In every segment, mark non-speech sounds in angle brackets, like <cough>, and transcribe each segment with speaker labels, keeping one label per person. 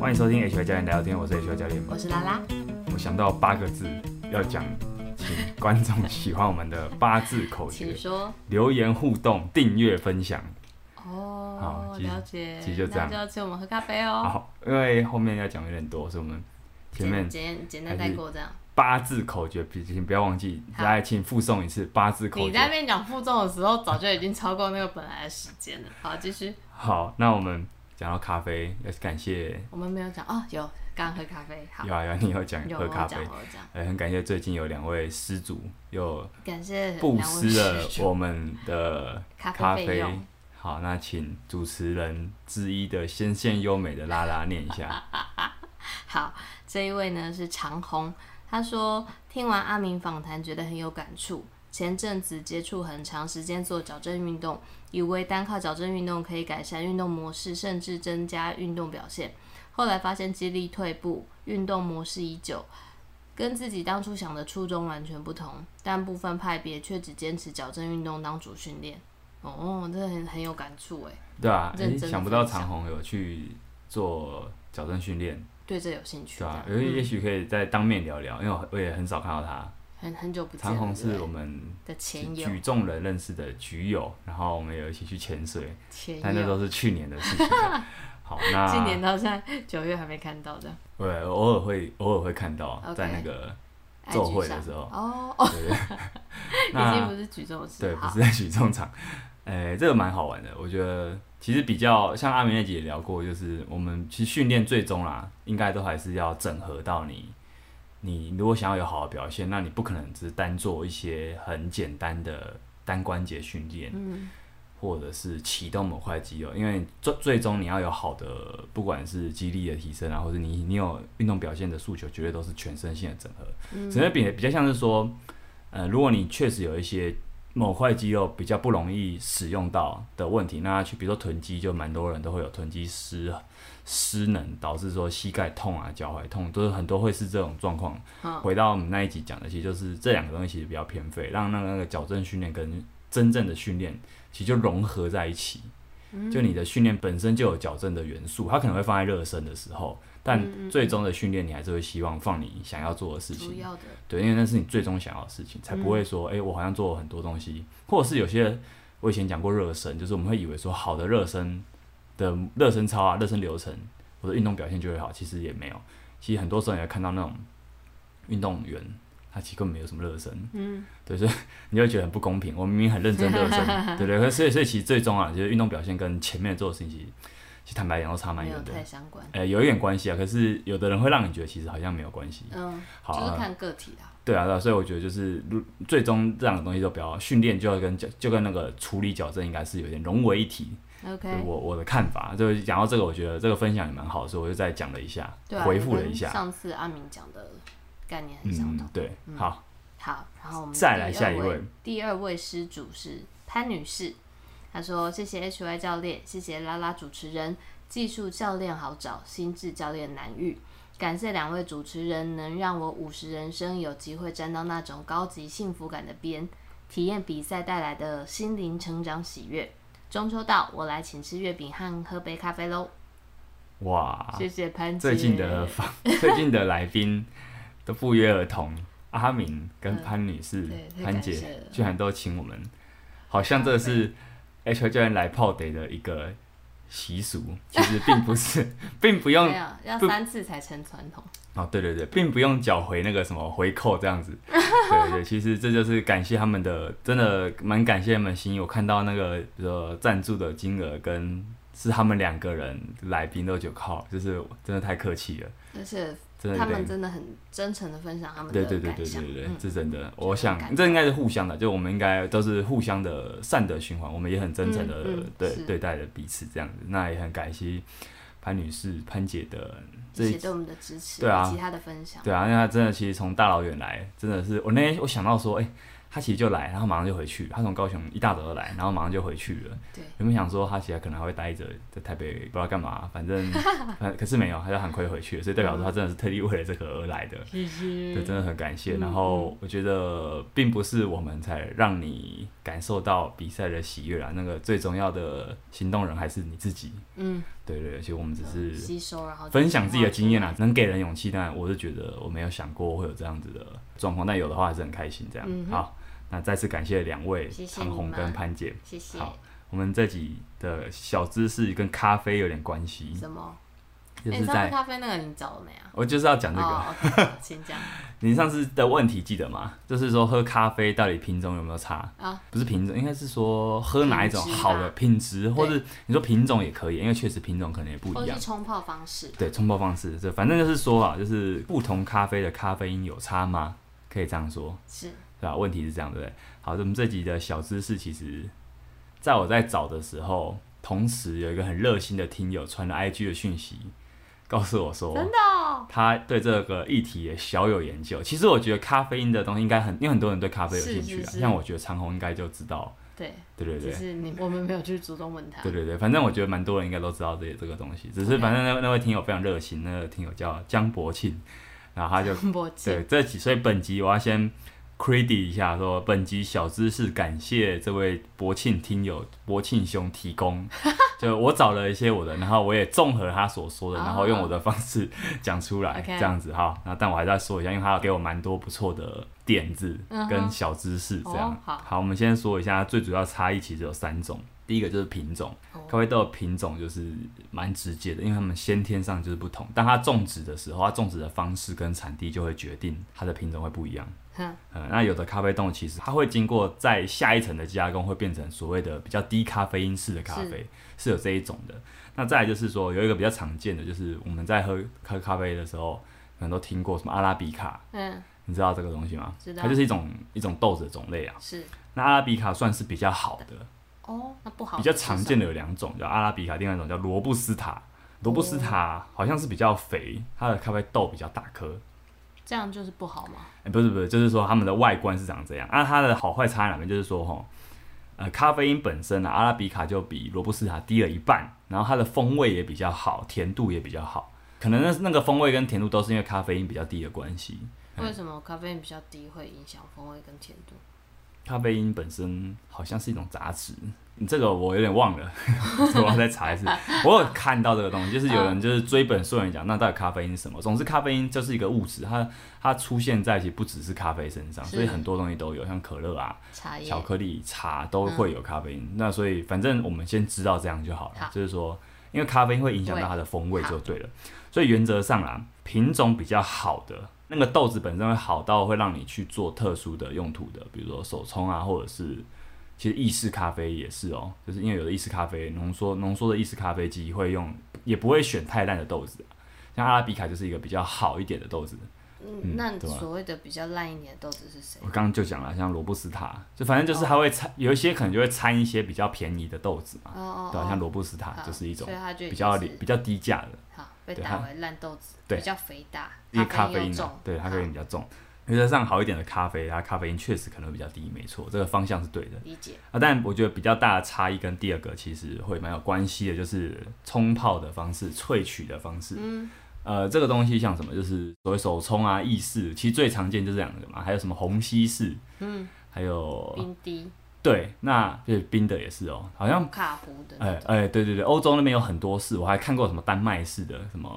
Speaker 1: 欢迎收听 HY 教练聊天，我是 HY 教练。
Speaker 2: 我是拉拉，
Speaker 1: 我想到八个字要讲，请观众喜欢我们的八字口
Speaker 2: 请
Speaker 1: 诀：
Speaker 2: 说。
Speaker 1: 留言互动、订阅、分享。
Speaker 2: 哦
Speaker 1: 好，其实
Speaker 2: 了解，
Speaker 1: 其实就这样
Speaker 2: 那要请我们喝咖啡哦。
Speaker 1: 好，因为后面要讲有点多，所以我们前面
Speaker 2: 简简简
Speaker 1: 还
Speaker 2: 单
Speaker 1: 是
Speaker 2: 带过这样。
Speaker 1: 八字口诀，请不要忘记，
Speaker 2: 好
Speaker 1: 来，请附送一次八字口
Speaker 2: 你在那
Speaker 1: 诀。
Speaker 2: 边讲负重的时候，早就已经超过那个本来的时间了。 <laughs> 好，继续。
Speaker 1: 好，那我们讲到咖啡，要感谢
Speaker 2: 我们没有讲哦，有刚喝咖啡，好，
Speaker 1: 有啊有啊，你有讲
Speaker 2: 有
Speaker 1: 喝
Speaker 2: 我
Speaker 1: 咖
Speaker 2: 有
Speaker 1: 啡
Speaker 2: 讲，，我有讲。
Speaker 1: 呃，很感谢最近有两位施主又
Speaker 2: 感谢
Speaker 1: 布
Speaker 2: 两位
Speaker 1: 施了
Speaker 2: 施主
Speaker 1: 我们的
Speaker 2: 咖
Speaker 1: 咖
Speaker 2: 啡费
Speaker 1: 啡
Speaker 2: 用。。
Speaker 1: 好，那请主持人之一的纤
Speaker 2: 嗯
Speaker 1: 纤优美的拉拉念一
Speaker 2: <laughs>
Speaker 1: 下。
Speaker 2: 好，这一位呢是长虹，他说听完阿明访谈觉得很有感触。前阵子接触很长时间做矫正运动，以为单靠矫正运动可以改善运动模式，甚至增加运动表现。后来发现肌力退步，运动模式已久，跟自己当初想的初衷完全不同。但部分派别却只坚持矫正运动当主训练。哦，这很很有感触哎，
Speaker 1: 对啊，
Speaker 2: 认
Speaker 1: 诶
Speaker 2: 真地
Speaker 1: 想不到
Speaker 2: 分享
Speaker 1: 长虹有去做矫正训练，
Speaker 2: 对这有兴趣
Speaker 1: 对啊，
Speaker 2: 这
Speaker 1: 也
Speaker 2: 样
Speaker 1: 也许可以再当面聊聊，因为我我也很少看到他。
Speaker 2: 很很久不见
Speaker 1: 长
Speaker 2: 了。
Speaker 1: 虹
Speaker 2: 对
Speaker 1: 是
Speaker 2: 不对
Speaker 1: 我们
Speaker 2: 的
Speaker 1: 举
Speaker 2: 前友，
Speaker 1: 举重人认识的举友，然后我们有一起去潜水，
Speaker 2: 前
Speaker 1: 但那
Speaker 2: 友。
Speaker 1: 都是去年的事情了。
Speaker 2: <laughs>
Speaker 1: 好，那
Speaker 2: 今年到现在九月还没看到的，
Speaker 1: 对偶尔会偶尔会看到
Speaker 2: OK
Speaker 1: 在那个奏会的时候
Speaker 2: IG 上哦哦，
Speaker 1: <laughs> 那
Speaker 2: <laughs> 已经不是举重式，
Speaker 1: 对，不
Speaker 2: 好
Speaker 1: 是在举重场。哎、这个蛮好玩的，我觉得其实比较像阿明那集也聊过，就是我们其实训练最终啦，应该都还是要整合到你，你如果想要有好的表现，那你不可能只是单做一些很简单的单关节训练，
Speaker 2: 嗯，
Speaker 1: 或者是启动某块肌肉，因为最最终你要有好的，不管是肌力的提升啊，或者你你有运动表现的诉求，绝对都是全身性的整合。
Speaker 2: 嗯
Speaker 1: 整个比比较像是说，呃，如果你确实有一些某块肌肉比较不容易使用到的问题，那去比如说臀肌，就蛮多人都会有臀肌失失能，导致说膝盖痛啊、脚踝痛，都是很多会是这种状况。
Speaker 2: 好，
Speaker 1: 回到我们那一集讲的，其实就是这两个东西其实比较偏废，让那个那个矫正训练跟真正的训练其实就融合在一起。
Speaker 2: 嗯
Speaker 1: 就你的训练本身就有矫正的元素，它可能会放在热身的时候，但最终的训练你还是会希望放你想要做的事情
Speaker 2: 主。要的
Speaker 1: 对，因为那是你最终想要的事情，才不
Speaker 2: 嗯
Speaker 1: 会说，哎、我好像做了很多东西，或者是有些我以前讲过热身，就是我们会以为说好的热身的热身操啊、热身流程，我的运动表现就会好，其实也没有。其实很多时候你会看到那种运动员，他其实根本没有什么热身，
Speaker 2: 嗯，
Speaker 1: 对，所以 <laughs> 你就会觉得很不公平。我明明很认真热
Speaker 2: <laughs>
Speaker 1: 身，对对，可所以所以其实最终啊，就是运动表现跟前面做的事情其实，其实坦白讲都差蛮
Speaker 2: 没
Speaker 1: 远
Speaker 2: 有
Speaker 1: 的。
Speaker 2: 太相关，
Speaker 1: 呃，有一点关系啊，可是有的人会让你觉得其实好像没有关系。
Speaker 2: 嗯，
Speaker 1: 好、
Speaker 2: 就
Speaker 1: 啊，
Speaker 2: 是看个体啦，
Speaker 1: 对啊，对啊，所以我觉得就是如最终这两个东西都比较训练，就要跟矫就跟那个处理矫正应该是有点融为一体。
Speaker 2: ，OK，
Speaker 1: 就是我我的看法，就是讲到这个，我觉得这个分享也蛮好，所以我就再讲了一下，
Speaker 2: 对啊，
Speaker 1: 回复了
Speaker 2: 跟
Speaker 1: 一下。
Speaker 2: 上次阿明讲的概念很相
Speaker 1: 嗯
Speaker 2: 同，，
Speaker 1: 对，好，
Speaker 2: 好，然后我们
Speaker 1: 再来
Speaker 2: 第二
Speaker 1: 下一位，
Speaker 2: 第二位施主是潘女士，她说：“谢谢 HY 教练，谢谢拉拉主持人，技术教练好找，心智教练难遇。感谢两位主持人，能让我五十人生有机会沾到那种高级幸福感的边，体验比赛带来的心灵成长喜悦。中秋到，我来请吃月饼和喝杯咖啡喽。
Speaker 1: 哇，
Speaker 2: 谢谢潘姐。
Speaker 1: 啊最近的访 <laughs> 最近的来宾都不约而同，阿明跟潘女士、
Speaker 2: 对太
Speaker 1: 潘
Speaker 2: 感
Speaker 1: 姐
Speaker 2: 谢了
Speaker 1: 居然都请我们，好像这是 H 教练来泡得的一个习俗，其实并不是， <laughs> 并不用
Speaker 2: 没有，啊要三次才成传统。
Speaker 1: 哦，对对对，并不用缴回那个什么回扣这样
Speaker 2: <laughs>
Speaker 1: 子。对对，其实这就是感谢他们的，真的蛮感谢他们的心意。我看到那个呃赞助的金额跟是他们两个人来宾都九靠，就是真的太客气了，
Speaker 2: 而且
Speaker 1: 真的
Speaker 2: 他
Speaker 1: 有点
Speaker 2: 们真的很真诚的分享他们的
Speaker 1: 对
Speaker 2: 感
Speaker 1: 对
Speaker 2: 想。
Speaker 1: 对对对对，
Speaker 2: 嗯
Speaker 1: 这真的，
Speaker 2: 就
Speaker 1: 我
Speaker 2: 很
Speaker 1: 想
Speaker 2: 感
Speaker 1: 这应该是互相的，就我们应该都是互相的善的循环，我们也很真诚的
Speaker 2: 嗯嗯
Speaker 1: 对
Speaker 2: 是
Speaker 1: 对待了彼此这样子，那也很感谢潘女士、潘姐的这
Speaker 2: 谢
Speaker 1: 一
Speaker 2: 谢对我们的支持，
Speaker 1: 对啊
Speaker 2: 以及他的分享。
Speaker 1: 对啊，因为他真的其实从大老远来，真的是我那天我想到说，哎、他其实就来，然后马上就回去。他从高雄一大早就来，然后马上就回去了。
Speaker 2: 对，
Speaker 1: 原本想说他其实可能还会待着，在台北不知道干嘛，反 <laughs> 正反正可是没有，他就很快回去了，所以代表说他真的是特地为了这个而来的。
Speaker 2: 谢谢。
Speaker 1: 对，真的很感谢。然后我觉得，并不是我们才让你感受到比赛的喜悦啦，啊那个最重要的行动人还是你自己。
Speaker 2: 嗯，
Speaker 1: 对对，对其实我们只是啊
Speaker 2: 吸收，然后
Speaker 1: 分享自己的经验啊啦，能给人勇气。但我是觉得我没有想过会有这样子的状况，但有的话还是很开心。这样、
Speaker 2: 嗯哼
Speaker 1: 好，那再次感谢两位
Speaker 2: 谢谢
Speaker 1: 长
Speaker 2: 你
Speaker 1: 虹
Speaker 2: 们
Speaker 1: 跟潘姐。
Speaker 2: 谢谢。
Speaker 1: 好我们这集的小知识跟咖啡有点关系，
Speaker 2: 什么？
Speaker 1: 就
Speaker 2: 哎
Speaker 1: 是
Speaker 2: 你哎上次
Speaker 1: 在
Speaker 2: 咖啡那个你找了没啊？
Speaker 1: 我就是要讲这个。
Speaker 2: 哦，OK，好请
Speaker 1: <laughs>
Speaker 2: 讲
Speaker 1: 你上次的问题记得吗？就是说喝咖啡到底品种有没有差？
Speaker 2: 啊。
Speaker 1: 不是品种，应该是说喝哪一种
Speaker 2: 品质吧
Speaker 1: 好的品质，或是你说品种也可以，因为确实品种可能也不
Speaker 2: 或
Speaker 1: 一
Speaker 2: 者
Speaker 1: 样
Speaker 2: 是。冲泡方式，
Speaker 1: 对，冲泡方式，这反正就是说啊，就是不同咖啡的咖啡因有差吗？可以这样说，
Speaker 2: 是
Speaker 1: 对吧？问题是这样，对不对？好，我们这集的小知识，其实在我在找的时候，同时有一个很热心的听友传了 IG 的讯息，告诉我说，
Speaker 2: 真的哦
Speaker 1: 他对这个议题也小有研究。其实我觉得咖啡因的东西应该很，因为很多人对咖啡有兴趣啊。
Speaker 2: 是是是
Speaker 1: 像我觉得长虹应该就知道，
Speaker 2: 对，
Speaker 1: 对对
Speaker 2: 只
Speaker 1: 对，
Speaker 2: 是你我们没有去主动问他
Speaker 1: 对。对对，反正我觉得蛮多人应该都知道这这个东西。只是
Speaker 2: OK
Speaker 1: 反正那那位听友非常热心，那个听友叫江伯庆，然后他
Speaker 2: <laughs>
Speaker 1: 就
Speaker 2: 我记
Speaker 1: 对这几，所以本集我要先 credit 一下说本集小知识感谢这位伯庆听友 <laughs> 伯庆兄提
Speaker 2: <laughs>
Speaker 1: 供，就我找了一些我的，然后我也综合他所说的，然后用我的方式讲出来
Speaker 2: 哦 OK
Speaker 1: 这样子哈。那但我还是要说一下，因为他给我蛮多不错的点子
Speaker 2: 嗯哼
Speaker 1: 跟小知识这样。
Speaker 2: 哦好
Speaker 1: 我们先说一下最主要差异，其实有三种。第一个就是品种，
Speaker 2: 哦
Speaker 1: 咖啡豆的品种就是蛮直接的，因为它们先天上就是不同，但它种植的时候，它种植的方式跟产地就会决定它的品种会不一样。
Speaker 2: 哼
Speaker 1: 呃，那有的咖啡豆其实它会经过在下一层的加工，会变成所谓的比较低咖啡因式的咖啡，是有这一种的。那再来就是说，有一个比较常见的，就是我们在喝喝咖啡的时候，可能都听过什么阿拉比卡，
Speaker 2: 嗯，
Speaker 1: 你知道这个东西吗？
Speaker 2: 知道
Speaker 1: 它就是一种一种豆子的种类啊。
Speaker 2: 是
Speaker 1: 那阿拉比卡算是比较好的，
Speaker 2: 哦，那不好。
Speaker 1: 比较常见的有两种，叫阿拉比卡，另外一种叫罗布斯塔。罗布斯塔好像是比较肥，它的咖啡豆比较大颗。
Speaker 2: 这样就是不好嘛。
Speaker 1: 欸不是不是，就是说它们的外观是长这样。那、啊它的好坏差在哪边？就是说哈，呃，咖啡因本身呢、阿拉比卡就比罗布斯塔低了一半，然后它的风味也比较好，甜度也比较好。可能那那个风味跟甜度都是因为咖啡因比较低的关系。
Speaker 2: 为什么咖啡因比较低会影响风味跟甜度？
Speaker 1: 咖啡因本身好像是一种杂质，你这个我有点忘了， <laughs> 我要再查一次。我有看到这个东西，就是有人就是追本溯源讲，那到底咖啡因是什么？总之，咖啡因就是一个物质，它它出现在其实不只是咖啡身上，
Speaker 2: 是
Speaker 1: 所以很多东西都有，像可乐啊、
Speaker 2: 茶叶嗯
Speaker 1: 巧克力、茶都会有咖啡因。那所以反正我们先知道这样就好了，
Speaker 2: 好
Speaker 1: 就是说，因为咖啡因会影响到它的风味
Speaker 2: 味
Speaker 1: 就对了。所以原则上啦，品种比较好的那个豆子本身会好到会让你去做特殊的用途的，比如说手冲啊，或者是其实意式咖啡也是哦，就是因为有的意式咖啡浓缩浓缩的意式咖啡机会用，也不会选太烂的豆子啊、像阿拉比卡就是一个比较好一点的豆子，
Speaker 2: 嗯，那
Speaker 1: 对吧
Speaker 2: 所谓的比较烂一点的豆子是谁
Speaker 1: 我？刚刚就讲了，像罗布斯塔，就反正
Speaker 2: 哦
Speaker 1: 就是它会掺、有一些可能就会掺一些比较便宜的豆子嘛，
Speaker 2: 哦哦，
Speaker 1: 对、啊，像
Speaker 2: 哦
Speaker 1: 罗布斯塔
Speaker 2: 好
Speaker 1: 就是一种
Speaker 2: 所以它就已
Speaker 1: 比较
Speaker 2: 经是
Speaker 1: 比较低价的，
Speaker 2: 好被
Speaker 1: 对
Speaker 2: 打
Speaker 1: 它
Speaker 2: 为烂豆子，
Speaker 1: 对
Speaker 2: 比较肥大，
Speaker 1: 因为咖啡
Speaker 2: 又
Speaker 1: 因啊
Speaker 2: 重，
Speaker 1: 对咖
Speaker 2: 好
Speaker 1: 啡因比较重。原则上好一点的咖啡，它咖啡因确实可能会比较低，没错，这个方向是对的。
Speaker 2: 理解
Speaker 1: 啊，但我觉得比较大的差异跟第二个其实会蛮有关系的，就是冲泡的方式、萃取的方式。嗯，呃，这个东西像什么，就是所谓手冲啊、意式，其实最常见就是两个嘛，还有什么虹吸式，嗯，还有
Speaker 2: 冰滴
Speaker 1: 对，那就是冰的也是哦，好像
Speaker 2: 卡壶的
Speaker 1: 哎
Speaker 2: 那种，
Speaker 1: 哎、对对对，欧洲那边有很多式，我还看过什么丹麦式的、什么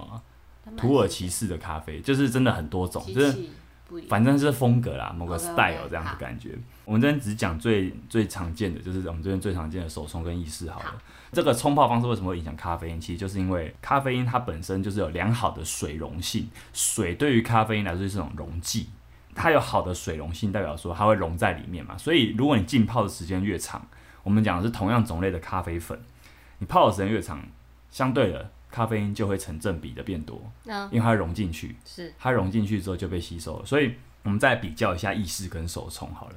Speaker 2: 它蛮
Speaker 1: 土耳其式的咖啡，就是真的很多种，
Speaker 2: 机
Speaker 1: 就是
Speaker 2: 器不一样，
Speaker 1: 反正是风格啦，某个
Speaker 2: OK，OK，
Speaker 1: style 这样的
Speaker 2: 好
Speaker 1: 感觉。我们这边只讲最最常见的，就是我们这边最常见的手冲跟意式好了。这个冲泡方式为什么会影响咖啡因？其实就是因为咖啡因它本身就是有良好的水溶性，水对于咖啡因来说是一种溶剂，它有好的水溶性，代表说它会溶在里面嘛。所以如果你浸泡的时间越长，我们讲的是同样种类的咖啡粉，你泡的时间越长，相对的咖啡因就会成正比的变多，
Speaker 2: 那
Speaker 1: 因为它溶进去。
Speaker 2: 嗯是
Speaker 1: 它融进去之后就被吸收了。所以我们再比较一下意式跟手冲好了。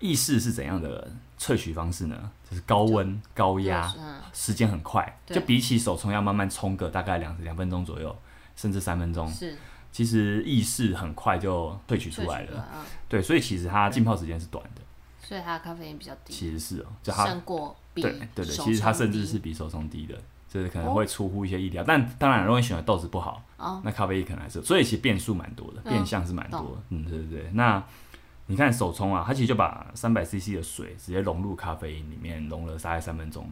Speaker 1: 意式是怎样的萃取方式呢？就是高温、高压，
Speaker 2: 嗯
Speaker 1: 时间很快，
Speaker 2: 对
Speaker 1: 就比起手冲要慢慢冲个大概两两分钟左右，甚至三分钟。
Speaker 2: 是
Speaker 1: 其实意式很快就萃取出来
Speaker 2: 萃取
Speaker 1: 了，
Speaker 2: 嗯
Speaker 1: 对，所以其实它浸泡时间是短的。
Speaker 2: 所以它的咖啡因比较低，
Speaker 1: 其实是哦、就它
Speaker 2: 胜过比
Speaker 1: 对对对，其实它
Speaker 2: 手
Speaker 1: 甚
Speaker 2: 冲
Speaker 1: 至
Speaker 2: 低
Speaker 1: 是比手冲低的，就是可能会出乎一些意料。但当然，如果你选的豆子不好，
Speaker 2: 哦
Speaker 1: 那咖啡因可能还是有，所以其实变数蛮多的，
Speaker 2: 嗯
Speaker 1: 变相是蛮多的。嗯，对对对。那你看手冲啊，它其实就把三百 CC 的水直接融入咖啡因里面，融了大概三分钟，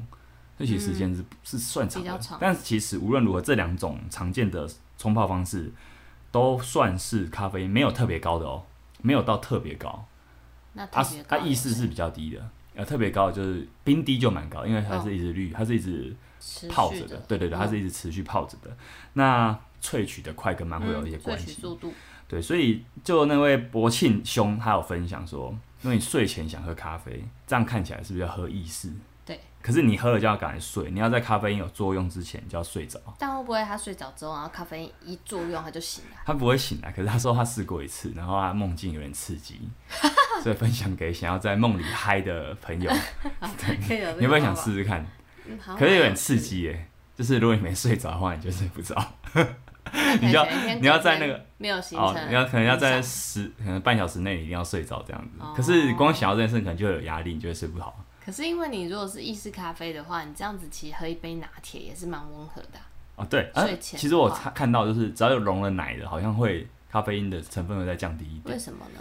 Speaker 1: 这其实时间是、是算长
Speaker 2: 嗯比较
Speaker 1: 的。
Speaker 2: 长
Speaker 1: 但其实无论如何，这两种常见的冲泡方式都算是咖啡因没有特别高的哦，没有到特别高。
Speaker 2: 那
Speaker 1: 它
Speaker 2: 特
Speaker 1: 是
Speaker 2: 别
Speaker 1: 它
Speaker 2: 高
Speaker 1: 意识是比较低的，呃，特别高的就是冰滴就蛮高，因为
Speaker 2: 哦
Speaker 1: 它是一直绿，它是一直
Speaker 2: 持
Speaker 1: 泡
Speaker 2: 续嗯
Speaker 1: 着的
Speaker 2: 的，，
Speaker 1: 对对对，它是一直持续泡着的。那萃取的快跟慢会有一些
Speaker 2: 嗯
Speaker 1: 关
Speaker 2: 萃取
Speaker 1: 系，
Speaker 2: 速度，
Speaker 1: 对，所以就那位伯庆兄他有分享说，因为你睡前想喝咖啡，这样看起来是不是要喝意式？
Speaker 2: 对。
Speaker 1: 可是你喝了就要赶快睡，你要在咖啡因有作用之前就要睡着。
Speaker 2: 但会不会他睡着之后，然后咖啡因一作用他就醒
Speaker 1: <laughs>
Speaker 2: 了？
Speaker 1: 他不会醒来，可是他说他试过一次，然后他梦境有点刺
Speaker 2: <laughs>
Speaker 1: 激，所以分享给想要在梦里嗨的朋
Speaker 2: <laughs>
Speaker 1: 友，
Speaker 2: 可以有
Speaker 1: 你有没有想试试看？
Speaker 2: 嗯？好
Speaker 1: 可是有点刺激耶，就是如果你没睡着的话，你就睡不着。你就要你要在那个
Speaker 2: 没有啊形
Speaker 1: 哦
Speaker 2: 成，，
Speaker 1: 你要可能要在
Speaker 2: 影响
Speaker 1: 十可能半小时内一定要睡着这样子
Speaker 2: 哦。
Speaker 1: 可是光想到这件事，可能就会有压力，你就会睡不好。
Speaker 2: 可是因为你如果是意式咖啡的话，你这样子其实喝一杯拿铁也是蛮温和的啊、
Speaker 1: 哦，对，啊
Speaker 2: 睡前
Speaker 1: 其实我
Speaker 2: 的话
Speaker 1: 看看到就是只要有溶了奶的，好像会咖啡因的成分会再降低一点
Speaker 2: 为。什么呢？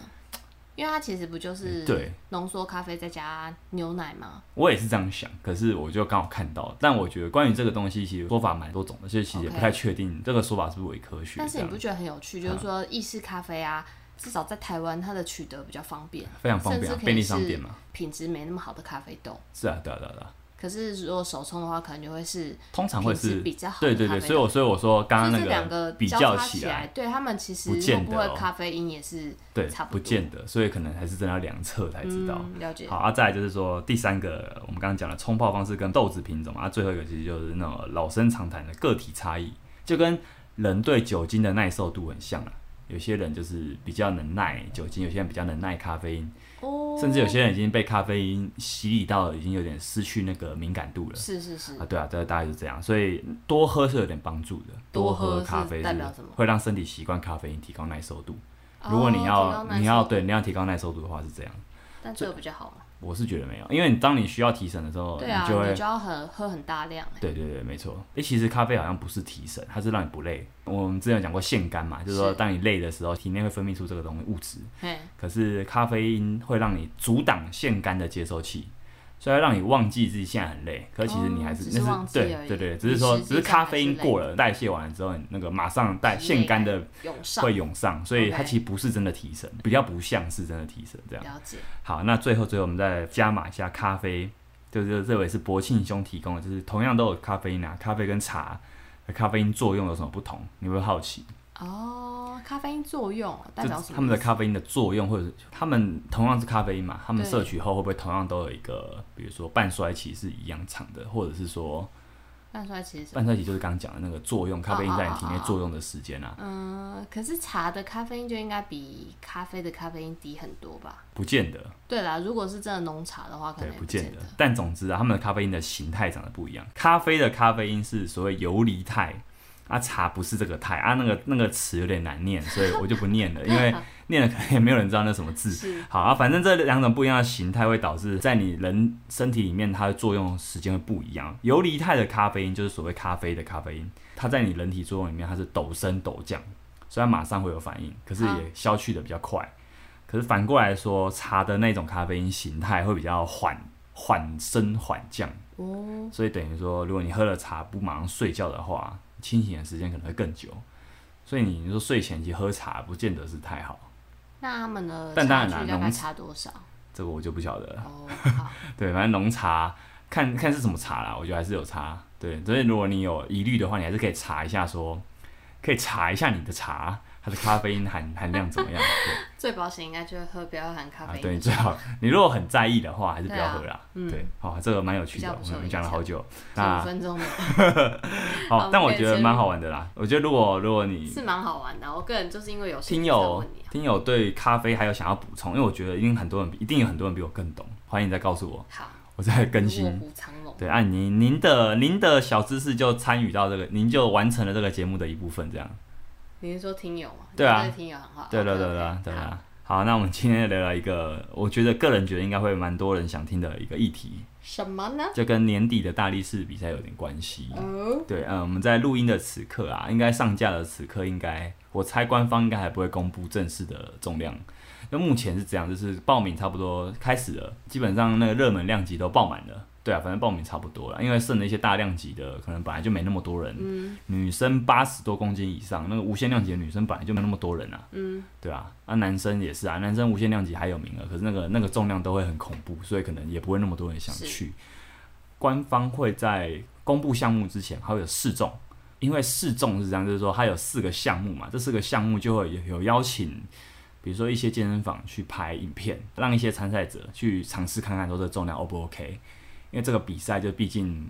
Speaker 2: 因为它其实不就是
Speaker 1: 对
Speaker 2: 浓缩咖啡再加牛奶吗？
Speaker 1: 我也是这样想，可是我就刚好看到，但我觉得关于这个东西其实说法蛮多种的，所以其实也
Speaker 2: OK
Speaker 1: 不太确定这个说法是不是伪科学。
Speaker 2: 但是你
Speaker 1: 这
Speaker 2: 不
Speaker 1: 样嗯
Speaker 2: 觉得很有趣？就是说意式咖啡啊，至少在台湾它的取得比较方便，
Speaker 1: 非常方便啊
Speaker 2: 甚，至可
Speaker 1: 便利
Speaker 2: 以
Speaker 1: 商店
Speaker 2: 是
Speaker 1: 嘛。
Speaker 2: 品质没那么好的咖啡豆。
Speaker 1: 是啊，对啊，对啊，对啊，
Speaker 2: 可是如果手冲的话，可能就会是
Speaker 1: 通常会
Speaker 2: 品质
Speaker 1: 是
Speaker 2: 比较好的
Speaker 1: 对
Speaker 2: 咖
Speaker 1: 对
Speaker 2: 啡豆。
Speaker 1: 对，所以我所以我说刚刚
Speaker 2: 所以这两
Speaker 1: 那
Speaker 2: 个
Speaker 1: 比
Speaker 2: 交
Speaker 1: 较
Speaker 2: 叉
Speaker 1: 起
Speaker 2: 起
Speaker 1: 来，，
Speaker 2: 对他们其实
Speaker 1: 不见
Speaker 2: 会
Speaker 1: 得
Speaker 2: 不会
Speaker 1: 哦
Speaker 2: 咖啡因也是
Speaker 1: 对
Speaker 2: 差，不
Speaker 1: 不
Speaker 2: 多
Speaker 1: 见得，所以可能还是真的要量测才知道。
Speaker 2: 嗯、了解
Speaker 1: 好，啊，再来就是说第三个，我们刚刚讲的冲泡方式跟豆子品种嘛啊，最后一个其实就是那种老生常谈的个体差异，就跟人对酒精的耐受度很像啊。有些人就是比较能耐酒精，有些人比较能耐咖啡因，
Speaker 2: 哦，
Speaker 1: 甚至有些人已经被咖啡因洗礼到已经有点失去那个敏感度了
Speaker 2: 是是是
Speaker 1: 啊。对啊，对啊，大概是这样，所以多喝是有点帮助的，
Speaker 2: 多喝
Speaker 1: 喝
Speaker 2: 是
Speaker 1: 咖啡
Speaker 2: 代
Speaker 1: 是
Speaker 2: 表什么
Speaker 1: 会让身体习惯咖啡因，提高耐受度。如果你要、
Speaker 2: 哦提高耐受度
Speaker 1: 你要对你要提高耐受度的话是这样，
Speaker 2: 但这个比较好嘛，
Speaker 1: 我是觉得没有，因为你当你需要提神的时候，
Speaker 2: 对啊，
Speaker 1: 哦你就会
Speaker 2: 你就要很喝很大量欸，
Speaker 1: 对对对，没错。诶、其实咖啡好像不是提神，它是让你不累。我们之前有讲过腺苷嘛，就是说
Speaker 2: 是
Speaker 1: 当你累的时候，体内会分泌出这个东西物质，
Speaker 2: 嘿，
Speaker 1: 可是咖啡因会让你阻挡腺苷的接收器。所以会让你忘记自己现在很累，可是其实你还是、
Speaker 2: 哦只是
Speaker 1: 那
Speaker 2: 忘
Speaker 1: 是
Speaker 2: 记
Speaker 1: 对
Speaker 2: 而已
Speaker 1: 对对，只是
Speaker 2: 你
Speaker 1: 说
Speaker 2: 实际
Speaker 1: 只是
Speaker 2: 上
Speaker 1: 咖
Speaker 2: 还
Speaker 1: 啡
Speaker 2: 是
Speaker 1: 因
Speaker 2: 累
Speaker 1: 过了代谢完了之后，你那个马上 <laughs> 带
Speaker 2: 体
Speaker 1: 腺
Speaker 2: 内
Speaker 1: 苷的
Speaker 2: 涌上
Speaker 1: 会涌上，所以它
Speaker 2: OK
Speaker 1: 其实不是真的提神，比较不像是真的提神这样。
Speaker 2: 了解，
Speaker 1: 好，那最后最后我们再加码一下咖啡，就是这位是博庆兄提供的，就是同样都有咖啡因啊，咖啡跟茶的咖啡因作用有什么不同？你会好奇，
Speaker 2: 哦，咖啡因作用啊代
Speaker 1: 就
Speaker 2: 表什么意思？
Speaker 1: 他们的咖啡因的作用，或者是他们同样是咖啡因嘛，他们
Speaker 2: 对
Speaker 1: 摄取后会不会同样都有一个，比如说半衰期是一样长的，或者是说
Speaker 2: 但出来其实是
Speaker 1: 半衰期就是刚刚讲的那个作用，咖啡因在你体内
Speaker 2: 哦哦哦哦
Speaker 1: 作用的时间啊，
Speaker 2: 嗯，可是茶的咖啡因就应该比咖啡的咖啡因低很多吧？
Speaker 1: 不见得，
Speaker 2: 对啦，如果是真的浓茶的话，可
Speaker 1: 对
Speaker 2: 能，也
Speaker 1: 不
Speaker 2: 见
Speaker 1: 见得。但总之啊，它们的咖啡因的形态长得不一样。咖啡的咖啡因是所谓游离态，啊，茶不是这个态啊，那个那个词有点难念，所以我就不念了，因
Speaker 2: <laughs>
Speaker 1: 为念了可能也没有人知道那什么字。
Speaker 2: 是
Speaker 1: 好啊，反正这两种不一样的形态会导致在你人身体里面它的作用时间会不一样。游离态的咖啡因就是所谓咖啡的咖啡因，它在你人体作用里面它是陡升陡降，虽然马上会有反应，可是
Speaker 2: 好
Speaker 1: 也消去的比较快。可是反过来说，茶的那种咖啡因形态会比较缓缓升缓降，
Speaker 2: 哦，
Speaker 1: 所以等于说，如果你喝了茶不马上睡觉的话，清醒的时间可能会更久。所以你说睡前其实喝茶不见得是太好，
Speaker 2: 那他们的
Speaker 1: 但当
Speaker 2: 差
Speaker 1: 然啦
Speaker 2: 距大概
Speaker 1: 浓
Speaker 2: 差多少？
Speaker 1: 这个我就不晓得了。 <laughs>
Speaker 2: 哦，好，
Speaker 1: 对，反正浓茶看看是什么茶啦，我觉得还是有差。对，所以如果你有疑虑的话，你还是可以查一下说，可以查一下你的茶它的咖啡因含 <laughs> 含量怎么样。
Speaker 2: 最保险应该就是喝不要含
Speaker 1: 对
Speaker 2: 咖
Speaker 1: 啊
Speaker 2: 啡，因。
Speaker 1: 对你最好，你如果很在意的话，还是不
Speaker 2: 对
Speaker 1: 要
Speaker 2: 啊
Speaker 1: 喝啦。
Speaker 2: 嗯
Speaker 1: 对，好、这个蛮有趣
Speaker 2: 比较
Speaker 1: 的，
Speaker 2: 不
Speaker 1: 我
Speaker 2: 受
Speaker 1: 们
Speaker 2: 影
Speaker 1: 讲了好久。
Speaker 2: 五
Speaker 1: 那
Speaker 2: 分哦钟的好
Speaker 1: 好，但
Speaker 2: 我
Speaker 1: 我
Speaker 2: 们可
Speaker 1: 觉
Speaker 2: 以
Speaker 1: 得
Speaker 2: 切入
Speaker 1: 蛮好玩的啦。我觉得如果如果你
Speaker 2: 是蛮好玩的。我个人就是因为有兴
Speaker 1: 嗯听
Speaker 2: 趣才
Speaker 1: 友
Speaker 2: 问你啊。
Speaker 1: 听友对咖啡还有想要补充，因为我觉得一定很多人一定有很多人比我更懂，欢迎再告诉我，
Speaker 2: 好，
Speaker 1: 我再更
Speaker 2: 卧
Speaker 1: 新。
Speaker 2: 虎藏龙。
Speaker 1: 对，按、您您的您的小知识就参与到这个，您就完成了这个节目的一部分，这样。
Speaker 2: 你是说听友吗？
Speaker 1: 对啊
Speaker 2: 你是对听友很好。
Speaker 1: 对
Speaker 2: OK，
Speaker 1: 对对对
Speaker 2: OK，
Speaker 1: 对
Speaker 2: 好
Speaker 1: 啊！好，那我们今天就聊聊一个，我觉得个人觉得应该会蛮多人想听的一个议题，
Speaker 2: 什么呢？
Speaker 1: 就跟年底的大力士比赛有点关系。
Speaker 2: 哦，
Speaker 1: 对，嗯，我们在录音的此刻啊，应该上架的此刻，啊应该我猜官方应该还不会公布正式的重量。那目前是这样，就是报名差不多开始了，基本上那个热门量级都爆满了。对啊，反正报名差不多了，因为剩了一些大量级的，可能本来就没那么多人。嗯、女生八十多公斤以上，那个无限量级的女生本来就没那么多人啊。嗯，对啊，啊男生也是啊，男生无限量级还有名额，可是那个那个重量都会很恐怖，所以可能也不会那么多人想
Speaker 2: 是
Speaker 1: 去。官方会在公布项目之前还会有试重，因为试重是这样，就是说它有四个项目嘛，这四个项目就会有有邀请，比如说一些健身房去拍影片，让一些参赛者去尝试看看说这个重量 O 不 OK，因为这个比赛就毕竟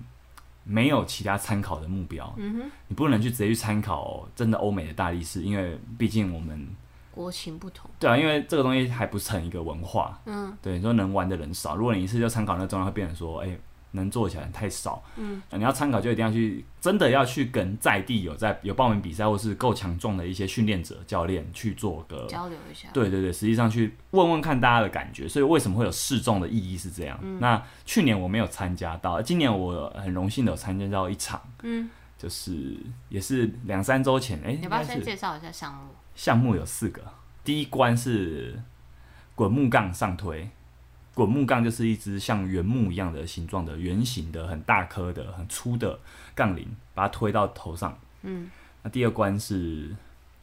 Speaker 1: 没有其他参考的目标，
Speaker 2: 嗯
Speaker 1: 你不能去直接去参考真的欧美的大力士，因为毕竟我们
Speaker 2: 哼，国情不同，
Speaker 1: 对啊，因为这个东西还不成一个文化。
Speaker 2: 嗯，
Speaker 1: 对，你说能玩的人少，如果你一次就参考那个重量，会变成说，哎、能做起来太少。
Speaker 2: 嗯
Speaker 1: 啊，你要参考就一定要去，真的要去跟在地有在有报名比赛或是够强壮的一些训练者、教练去做个。
Speaker 2: 交流一下，
Speaker 1: 对对对，实际上去问问看大家的感觉，所以为什么会有示众的意义是这样？
Speaker 2: 嗯
Speaker 1: 那去年我没有参加到，今年我很荣幸的有参加到一场，
Speaker 2: 嗯，
Speaker 1: 就是也是两三周前，哎、
Speaker 2: 你
Speaker 1: 应
Speaker 2: 要不要
Speaker 1: 该
Speaker 2: 先
Speaker 1: 是
Speaker 2: 介绍一下项目？
Speaker 1: 项目有四个，第一关是滚木杠上推。滚木杠就是一只像原木一样的形状的圆形的很大颗的很粗的杠铃，把它推到头上。
Speaker 2: 嗯，
Speaker 1: 那第二关是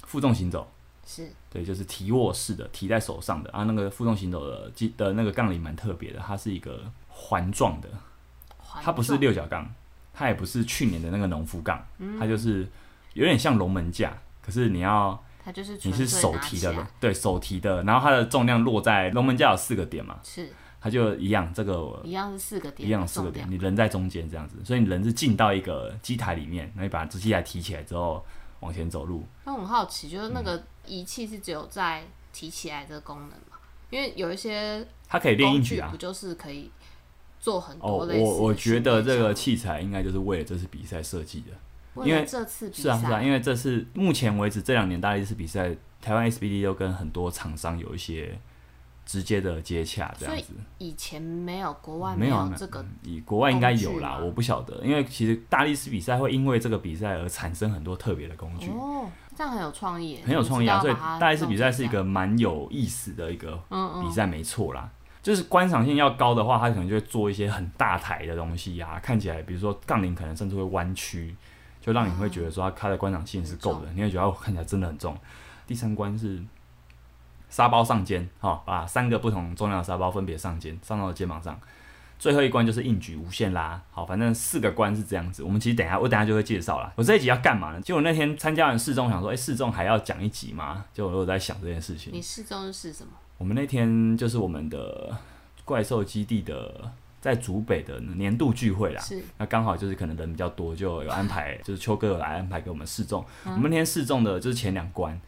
Speaker 1: 负重行走，
Speaker 2: 是
Speaker 1: 对，就是提握式的，提在手上的啊。那个负重行走的机的那个杠铃蛮特别的，它是一个环状的，
Speaker 2: 环
Speaker 1: 它不是
Speaker 2: 状嗯
Speaker 1: 六角杠，它也不是去年的那个农夫杠，它就是有点像龙门架，可是你要
Speaker 2: 它就是
Speaker 1: 你
Speaker 2: 纯
Speaker 1: 是
Speaker 2: 粹
Speaker 1: 手
Speaker 2: 拿
Speaker 1: 提
Speaker 2: 起
Speaker 1: 的
Speaker 2: 来，，
Speaker 1: 对手提的，然后它的重量落在龙门架有四个点嘛，
Speaker 2: 是
Speaker 1: 它就一样，这个
Speaker 2: 一样是四个点，
Speaker 1: 一样有四个点，，你人在中间这样子，所以你人是进到一个机台里面，然后你把这机台提起来之后往前走路，
Speaker 2: 那我很好奇，就是那
Speaker 1: 嗯
Speaker 2: 个仪器是只有在提起来这个功能嘛？因为有一些
Speaker 1: 它可以练
Speaker 2: 工
Speaker 1: 硬
Speaker 2: 具
Speaker 1: 举啊
Speaker 2: 不。就是可以做很
Speaker 1: 哦，
Speaker 2: 多类似的
Speaker 1: 我我觉得
Speaker 2: 训练
Speaker 1: 这个
Speaker 2: 项
Speaker 1: 器材应该就是为了这次比赛设计的。
Speaker 2: 目
Speaker 1: 因
Speaker 2: 为
Speaker 1: 为
Speaker 2: 了这次比
Speaker 1: 是啊是啊，
Speaker 2: 赛，
Speaker 1: 因为这是目前为止这两年大力士比赛，台湾 SBD 都跟很多厂商有一些直接的接洽这样
Speaker 2: 所
Speaker 1: 子。
Speaker 2: 以前没有国外
Speaker 1: 没有啊
Speaker 2: 有这个，
Speaker 1: 以国外应该有
Speaker 2: 工具
Speaker 1: 啦，
Speaker 2: 吗
Speaker 1: 我不晓得，因为其实大力士比赛会因为这个比赛而产生很多特别的工具，
Speaker 2: 哦，这样很有创意耶，
Speaker 1: 嗯很有创意啊。
Speaker 2: 你
Speaker 1: 所
Speaker 2: 知
Speaker 1: 以
Speaker 2: 道把它
Speaker 1: 大力士比赛
Speaker 2: 弄成
Speaker 1: 是一
Speaker 2: 这
Speaker 1: 个
Speaker 2: 样，
Speaker 1: 蛮有意思的一个
Speaker 2: 嗯
Speaker 1: 比
Speaker 2: 嗯，
Speaker 1: 赛，没错啦。就是观赏性要高的话，它可能就会做一些很大台的东西啊，看起来比如说杠铃可能甚至会弯曲，就让你会觉得说它它的观赏性是够
Speaker 2: 嗯
Speaker 1: 的，你会觉得哦看起来真的很重。第三关是沙包上肩，哈、把三个不同重量的沙包分别上肩，上到肩膀上。最后一关就是硬举无限拉，好，反正四个关是这样子。我们其实等一下，我等一下就会介绍啦。我这一集要干嘛呢？就我那天参加完试重，想说，哎、试重还要讲一集吗？就我有在想这件事情。
Speaker 2: 你试中是什么？
Speaker 1: 我们那天就是我们的怪兽基地的在竹北的年度聚会啦。
Speaker 2: 是
Speaker 1: 那刚好就是可能人比较多，就有安排， <laughs> 就是秋哥有来安排给我们试重。
Speaker 2: 啊
Speaker 1: 我们那天试重的就是前两关，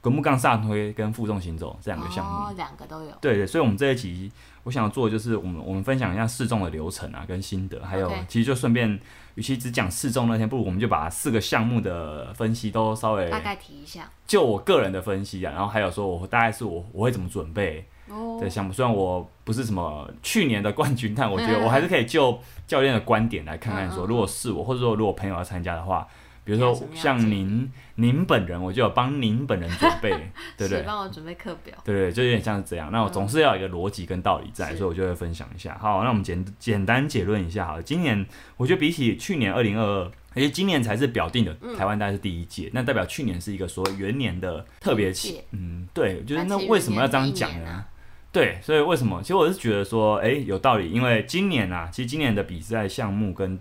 Speaker 1: 滚木杠上推跟负重行走这两个项目。
Speaker 2: 哦，两个都有，
Speaker 1: 对对，所以我们这一集我想做的就是我们我们分享一下试重的流程啊，跟心得，还有
Speaker 2: OK
Speaker 1: 其实就顺便，与其只讲试重那天，不如我们就把四个项目的分析都稍微
Speaker 2: 大概提一下
Speaker 1: 就我个人的分析啊，然后还有说我大概是我我会怎么准备，
Speaker 2: 哦
Speaker 1: 的，项目。虽然我不是什么去年的冠军，但我觉得我还是可以就教练的观点来看看
Speaker 2: 嗯
Speaker 1: 说，
Speaker 2: 嗯嗯
Speaker 1: 如果是我，或者说如果朋友要参加的话，比如说
Speaker 2: 有什么样
Speaker 1: 像
Speaker 2: 子
Speaker 1: 您您本人，我就有帮您本人准
Speaker 2: <laughs>
Speaker 1: 备，对不
Speaker 2: 是
Speaker 1: 对？
Speaker 2: 帮我准备课表，
Speaker 1: 对对，就有点像是这样。那我总是要有一个逻辑跟道理在，
Speaker 2: 是
Speaker 1: 所以我就会分享一下。好，那我们简简单结论一下好了。今年我觉得比起去年二零二二，而且今年才是表定的台湾大概是第一届，那代表去年是一个所谓元年的特别
Speaker 2: 第一
Speaker 1: 期
Speaker 2: 届。
Speaker 1: 嗯，对，就是那
Speaker 2: 而且
Speaker 1: 为什么要这样
Speaker 2: 元年
Speaker 1: 讲
Speaker 2: 第一年
Speaker 1: 呢
Speaker 2: 啊？
Speaker 1: 对，所以为什么？其实我是觉得说，哎，有道理，因为今年啊，其实今年的比赛项目跟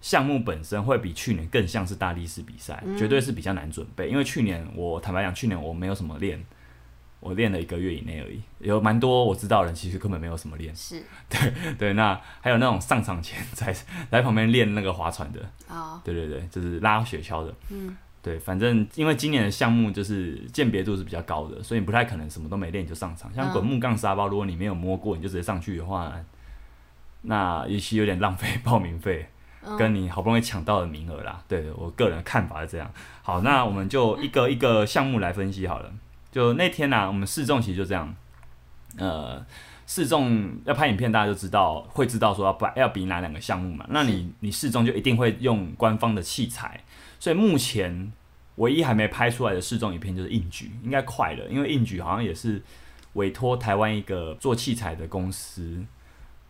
Speaker 1: 项目本身会比去年更像是大力士比赛，绝对是比较难准备。因为去年我坦白讲，去年我没有什么练，我练了一个月以内而已，有蛮多我知道的人其实根本没有什么练。 <laughs>
Speaker 2: 是
Speaker 1: 对，那还有那种上场前在在旁边练那个划船的，
Speaker 2: 啊，
Speaker 1: 对对对，就是拉雪橇的。
Speaker 2: 嗯，
Speaker 1: 对，反正因为今年的项目就是鉴别度是比较高的，所以你不太可能什么都没练你就上场。像
Speaker 2: 嗯
Speaker 1: 滚木杠沙包，如果你没有摸过，你就直接上去的话，那也许有点浪费报名费，
Speaker 2: 嗯
Speaker 1: 跟你好不容易抢到的名额啦。对我个人看法是这样。好，那我们就一个一个项目来分析好了。就那天呢、我们试重其实就这样，呃，试重要拍影片，大家就知道会知道说要摆要比哪两个项目嘛。那你你试重就一定会用官方的器材，所以目前唯一还没拍出来的试重影片就是硬举，应该快了，因为硬举好像也是委托台湾一个做器材的公司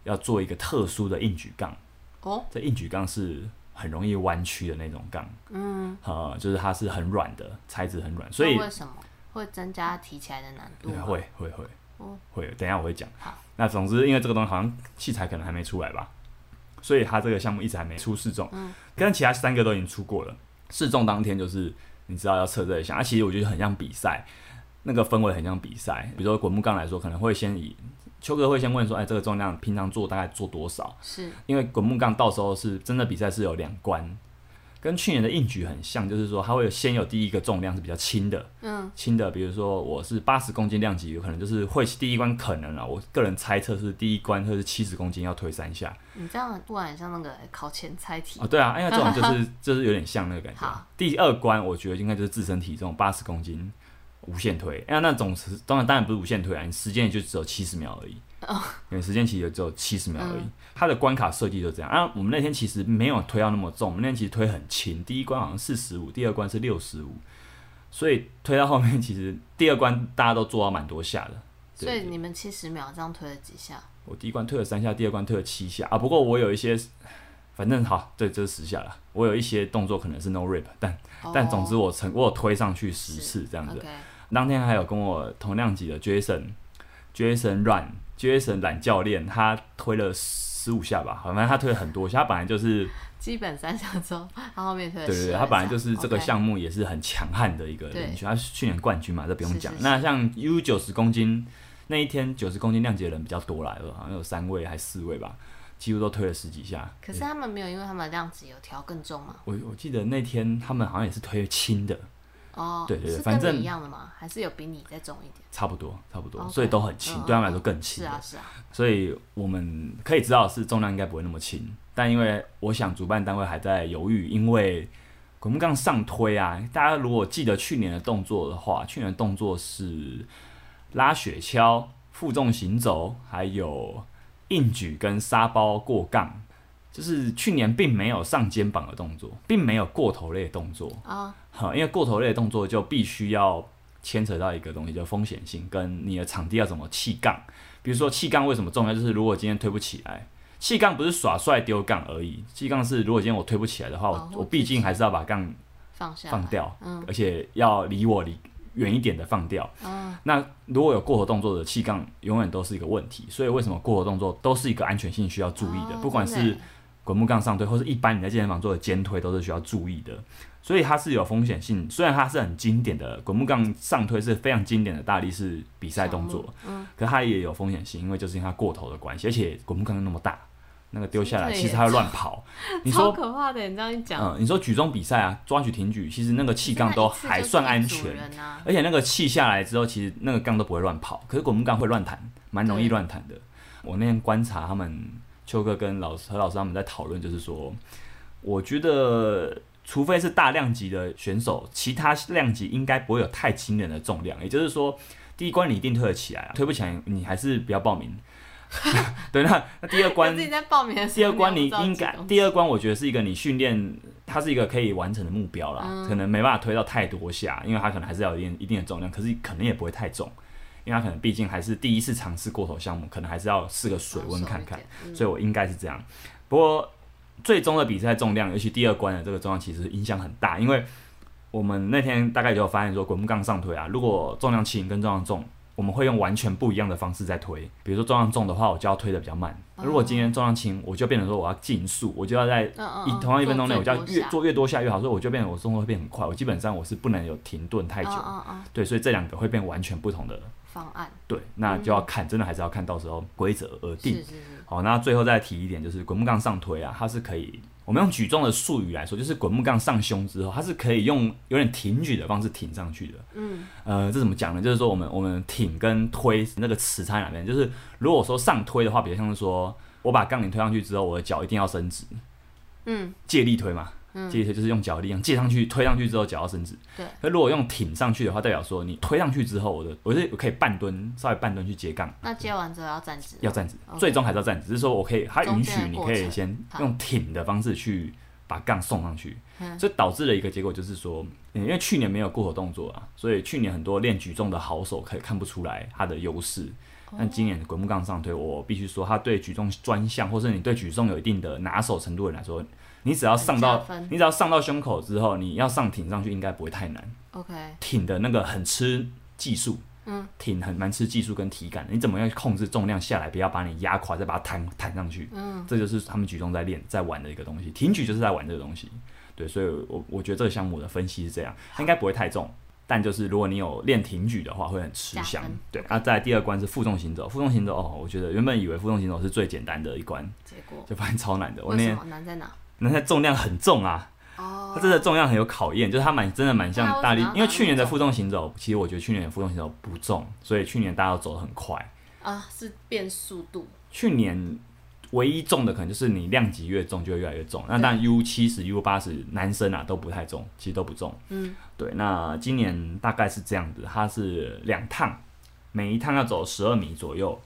Speaker 1: 要做一个特殊的硬举杠。
Speaker 2: 哦，
Speaker 1: 这硬举杠是很容易弯曲的那种杠，嗯，呃，就是它是很软的，材质很软，所以
Speaker 2: 那为什么会增加提起来的难度
Speaker 1: 对
Speaker 2: 吗？
Speaker 1: 会会会
Speaker 2: 哦
Speaker 1: 会，等一下我会讲
Speaker 2: 好。
Speaker 1: 那总之，因为这个东西好像器材可能还没出来吧，所以它这个项目一直还没出试重，
Speaker 2: 嗯
Speaker 1: 跟其他三个都已经出过了。试重当天就是你知道要测这一项，啊，其实我觉得很像比赛，那个氛围很像比赛。比如说滚木杠来说，可能会先以秋哥会先问说，哎，这个重量平常做大概做多少？
Speaker 2: 是
Speaker 1: 因为滚木杠到时候是真的比赛是有两关，跟去年的硬举很像，就是说它会有先有第一个重量是比较轻的，
Speaker 2: 嗯，
Speaker 1: 轻的，比如说我是八十公斤量级，有可能就是会第一关可能啊，我个人猜测是第一关会是七十公斤要推三下
Speaker 2: 你这样突然很像那个欸考前猜题
Speaker 1: 哦，对啊，因
Speaker 2: <laughs>
Speaker 1: 为这种就是就是有点像那个感觉
Speaker 2: 好。
Speaker 1: 第二关我觉得应该就是自身体重八十公斤无限推，哎呀，那种是当然当然不是无限推啊，你时间也就只有七十秒而已。
Speaker 2: 哦
Speaker 1: 因为时间其实也只有七十秒而
Speaker 2: 嗯
Speaker 1: 已，它的关卡设计就这样。啊，我们那天其实没有推到那么重，我们那天其实推很轻，第一关好像四十五，第二关是六十五，所以推到后面其实第二关大家都做到蛮多下的。对
Speaker 2: 所以你们七十秒这样推了几下？
Speaker 1: 我第一关推了三下，第二关推了七下啊。不过我有一些，反正好，对，这是十下了。我有一些动作可能是 no rip，但、但总之我成我有推上去十次这样子。
Speaker 2: 哦 OK，
Speaker 1: 当天还有跟我同量级的 Jason Jason 阮 Jason 阮教练，他推了十五下吧，反正他推了很多下。他本来就是
Speaker 2: 基本三项之后，他后面
Speaker 1: 对
Speaker 2: 推了
Speaker 1: 对
Speaker 2: 12
Speaker 1: 对，
Speaker 2: 下
Speaker 1: 他本来就是这个
Speaker 2: OK
Speaker 1: 项目也是很强悍的一个
Speaker 2: 对
Speaker 1: 人选，他是去年冠军嘛，这不用
Speaker 2: 是
Speaker 1: 讲
Speaker 2: 是。是
Speaker 1: 那像 U 九十公斤那一天九十公斤量级的人比较多来了，好像有三位还四位吧，几乎都推了十几下。
Speaker 2: 可是他们没有，因为他们量级有调更重嘛？
Speaker 1: 我我记得那天他们好像也是推轻的，
Speaker 2: 哦，
Speaker 1: 对对对
Speaker 2: 是
Speaker 1: 反
Speaker 2: 跟
Speaker 1: 正
Speaker 2: 你一样的吗？还是有比你再重一点？
Speaker 1: 差不多差不多，
Speaker 2: OK
Speaker 1: 所以都很轻，
Speaker 2: 嗯
Speaker 1: 对他们来说更轻
Speaker 2: 是
Speaker 1: 的。
Speaker 2: 啊，是啊，
Speaker 1: 所以我们可以知道是重量应该不会那么轻，但因为我想主办单位还在犹豫，因为滚木杠上推啊，大家如果记得去年的动作的话，去年的动作是拉雪橇、负重行走，还有硬举跟沙包过杠。就是去年并没有上肩膀的动作，并没有过头类的动作，
Speaker 2: 啊，
Speaker 1: 好，因为过头类的动作就必须要牵扯到一个东西，叫风险性跟你的场地要怎么气杠。比如说气杠为什么重要，就是如果今天推不起来，气杠不是耍帅丢杠而已，气杠是如果今天我推不起来的话，
Speaker 2: 保护
Speaker 1: 我我
Speaker 2: 哦自
Speaker 1: 毕
Speaker 2: 己
Speaker 1: 竟还是要把杠
Speaker 2: 放下来
Speaker 1: 放。掉，
Speaker 2: 嗯
Speaker 1: 而且要离我离远一点的放掉。
Speaker 2: 嗯
Speaker 1: 那如果有过头动作的气杠，永远都是一个问题。所以为什么过头动作都是一个安全性需要注意的，
Speaker 2: 哦
Speaker 1: 不管
Speaker 2: 真的
Speaker 1: 是滚木杠上推，或是一般你在健身房做的肩推，都是需要注意的。所以它是有风险性，虽然它是很经典的滚木杠上推是非常经典的大力士比赛动作，
Speaker 2: 嗯，
Speaker 1: 可它也有风险性，因为就是因为它过头的关系，而且滚木杠又那么大，那个丢下来
Speaker 2: 真的耶
Speaker 1: 其实它会乱
Speaker 2: <laughs>
Speaker 1: 跑。你
Speaker 2: 超
Speaker 1: 说
Speaker 2: 可怕的，你这样一讲，
Speaker 1: 嗯，你说举重比赛啊，抓举、挺举，其实那个气杠都还算安
Speaker 2: 可是那
Speaker 1: 全
Speaker 2: 一次就是一组，人啊
Speaker 1: 而且那个气下来之后，其实那个杠都不会乱跑，可是滚木杠会乱弹，蛮容易乱弹的。我那天观察他们秋哥跟老师何老师他们在讨论，就是说，我觉得除非是大量级的选手，其他量级应该不会有太惊人的重量。也就是说，第一关你一定推得起来、啊，推不起来你还是不要报名。 <laughs> 对，那 <laughs> 那第二关
Speaker 2: 可是你在报名的时候，
Speaker 1: 第二关你
Speaker 2: 你又不知道
Speaker 1: 应该
Speaker 2: 几，种
Speaker 1: 第二关我觉得是一个你训练，它是一个可以完成的目标啦，可能没办法推到太多下，因为它可能还是要有一定一定的重量，可是可能也不会太重，因为它可能毕竟还是第一次尝试过头项目，可能还是要试个水
Speaker 2: 哦
Speaker 1: 温看看，，
Speaker 2: 嗯
Speaker 1: 所以我应该是这样。不过最终的比赛重量，尤其第二关的这个重量，其实影响很大，因为我们那天大概就有发现说，滚木杠上推啊，如果重量轻跟重量重，我们会用完全不一样的方式在推。比如说重量重的话，我就要推的比较慢；
Speaker 2: 哦
Speaker 1: 如果今天重量轻，我就变成说我要竞速，我就要在
Speaker 2: 嗯嗯
Speaker 1: 一
Speaker 2: 嗯
Speaker 1: 同样一分钟内，我就要
Speaker 2: 做
Speaker 1: 越做越多下越好，所以我就变成我动作会变很快。我基本上我是不能有停顿太
Speaker 2: 太
Speaker 1: 久，
Speaker 2: 嗯嗯，
Speaker 1: 对，所以这两个会变完全不同的。
Speaker 2: 方案
Speaker 1: 对，那就要看，真的还是要看到时候规则而定
Speaker 2: 是。是是，
Speaker 1: 好，那最后再提一点，就是滚木杠上推啊，它是可以，我们用举重的术语来说，就是滚木杠上胸之后，它是可以用有点挺举的方式挺上去的。
Speaker 2: 嗯，
Speaker 1: 呃，这怎么讲呢？就是说我们我们挺跟推那个词差在哪边？就是如果说上推的话，比较像是说我把杠铃推上去之后，我的脚一定要伸直，
Speaker 2: 嗯，
Speaker 1: 借力推嘛。借力推就是用脚力量借上去，推上去之后脚要伸直。
Speaker 2: 对。
Speaker 1: 那如果用挺上去的话，代表说你推上去之后，我的我是我可以半蹲，稍微半蹲去接杠，
Speaker 2: 那接完之后要站直，
Speaker 1: 要站直，
Speaker 2: OK
Speaker 1: 最终还是要站直。只是说我可以，它允
Speaker 2: 中间
Speaker 1: 许
Speaker 2: 的
Speaker 1: 你
Speaker 2: 过
Speaker 1: 可
Speaker 2: 程
Speaker 1: 以先
Speaker 2: 好
Speaker 1: 用挺的方式去把杠送上去，
Speaker 2: 嗯
Speaker 1: 所以导致了一个结果就是说，嗯因为去年没有过火动作啊，所以去年很多练举重的好手可以看不出来他的优势。
Speaker 2: 哦
Speaker 1: 但今年的滚木杠上推，我必须说，他对举重专项，或是你对举重有一定的拿手程度的人来说，你只要上
Speaker 2: 加
Speaker 1: 到
Speaker 2: 分
Speaker 1: 你只要上到胸口之后，你要上挺上去应该不会太难。
Speaker 2: OK，
Speaker 1: 挺的那个很吃技术，
Speaker 2: 嗯，
Speaker 1: 挺很蛮吃技术跟体感的。你怎么样控制重量下来，不要把你压垮，再把它弹弹上去，
Speaker 2: 嗯，
Speaker 1: 这就是他们举重在练在玩的一个东西。挺举就是在玩这个东西，对，所以我我觉得这个项目的分析是这样，它应该不会太重。但就是如果你有练挺举的话，会很吃
Speaker 2: 加
Speaker 1: 香
Speaker 2: 分。
Speaker 1: 对，那、再来第二关是负重行走，负重行走哦，我觉得原本以为负重行走是最简单的一关，
Speaker 2: 结果
Speaker 1: 就发现超难的。我
Speaker 2: 为
Speaker 1: 那
Speaker 2: 什
Speaker 1: 天
Speaker 2: 么难在哪？
Speaker 1: 那天重量很重啊，
Speaker 2: 哦，
Speaker 1: 它真的重量很有考验，就是它蛮真的蛮
Speaker 2: 那为
Speaker 1: 像
Speaker 2: 什么
Speaker 1: 大力
Speaker 2: 要，
Speaker 1: 因为
Speaker 2: 打
Speaker 1: 去
Speaker 2: 那么
Speaker 1: 年的
Speaker 2: 重
Speaker 1: 负重行走，其实我觉得去年的负重行走不重，所以去年大家都走得很快。
Speaker 2: 啊是变速度，
Speaker 1: 去年唯一重的可能就是你量级越重就会越来越重，那
Speaker 2: 对
Speaker 1: 当然 U 七十、U 八十男生啊都不太重，其实都不重。
Speaker 2: 嗯，
Speaker 1: 对，那今年大概是这样子，它是两趟，每一趟要走十二米左右。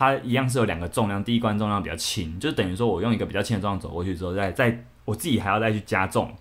Speaker 1: 它一样是有两个重量，第一关重量比较轻，就等于说我用一个比较轻的重量走过去之后，再再我自己还要再去加重，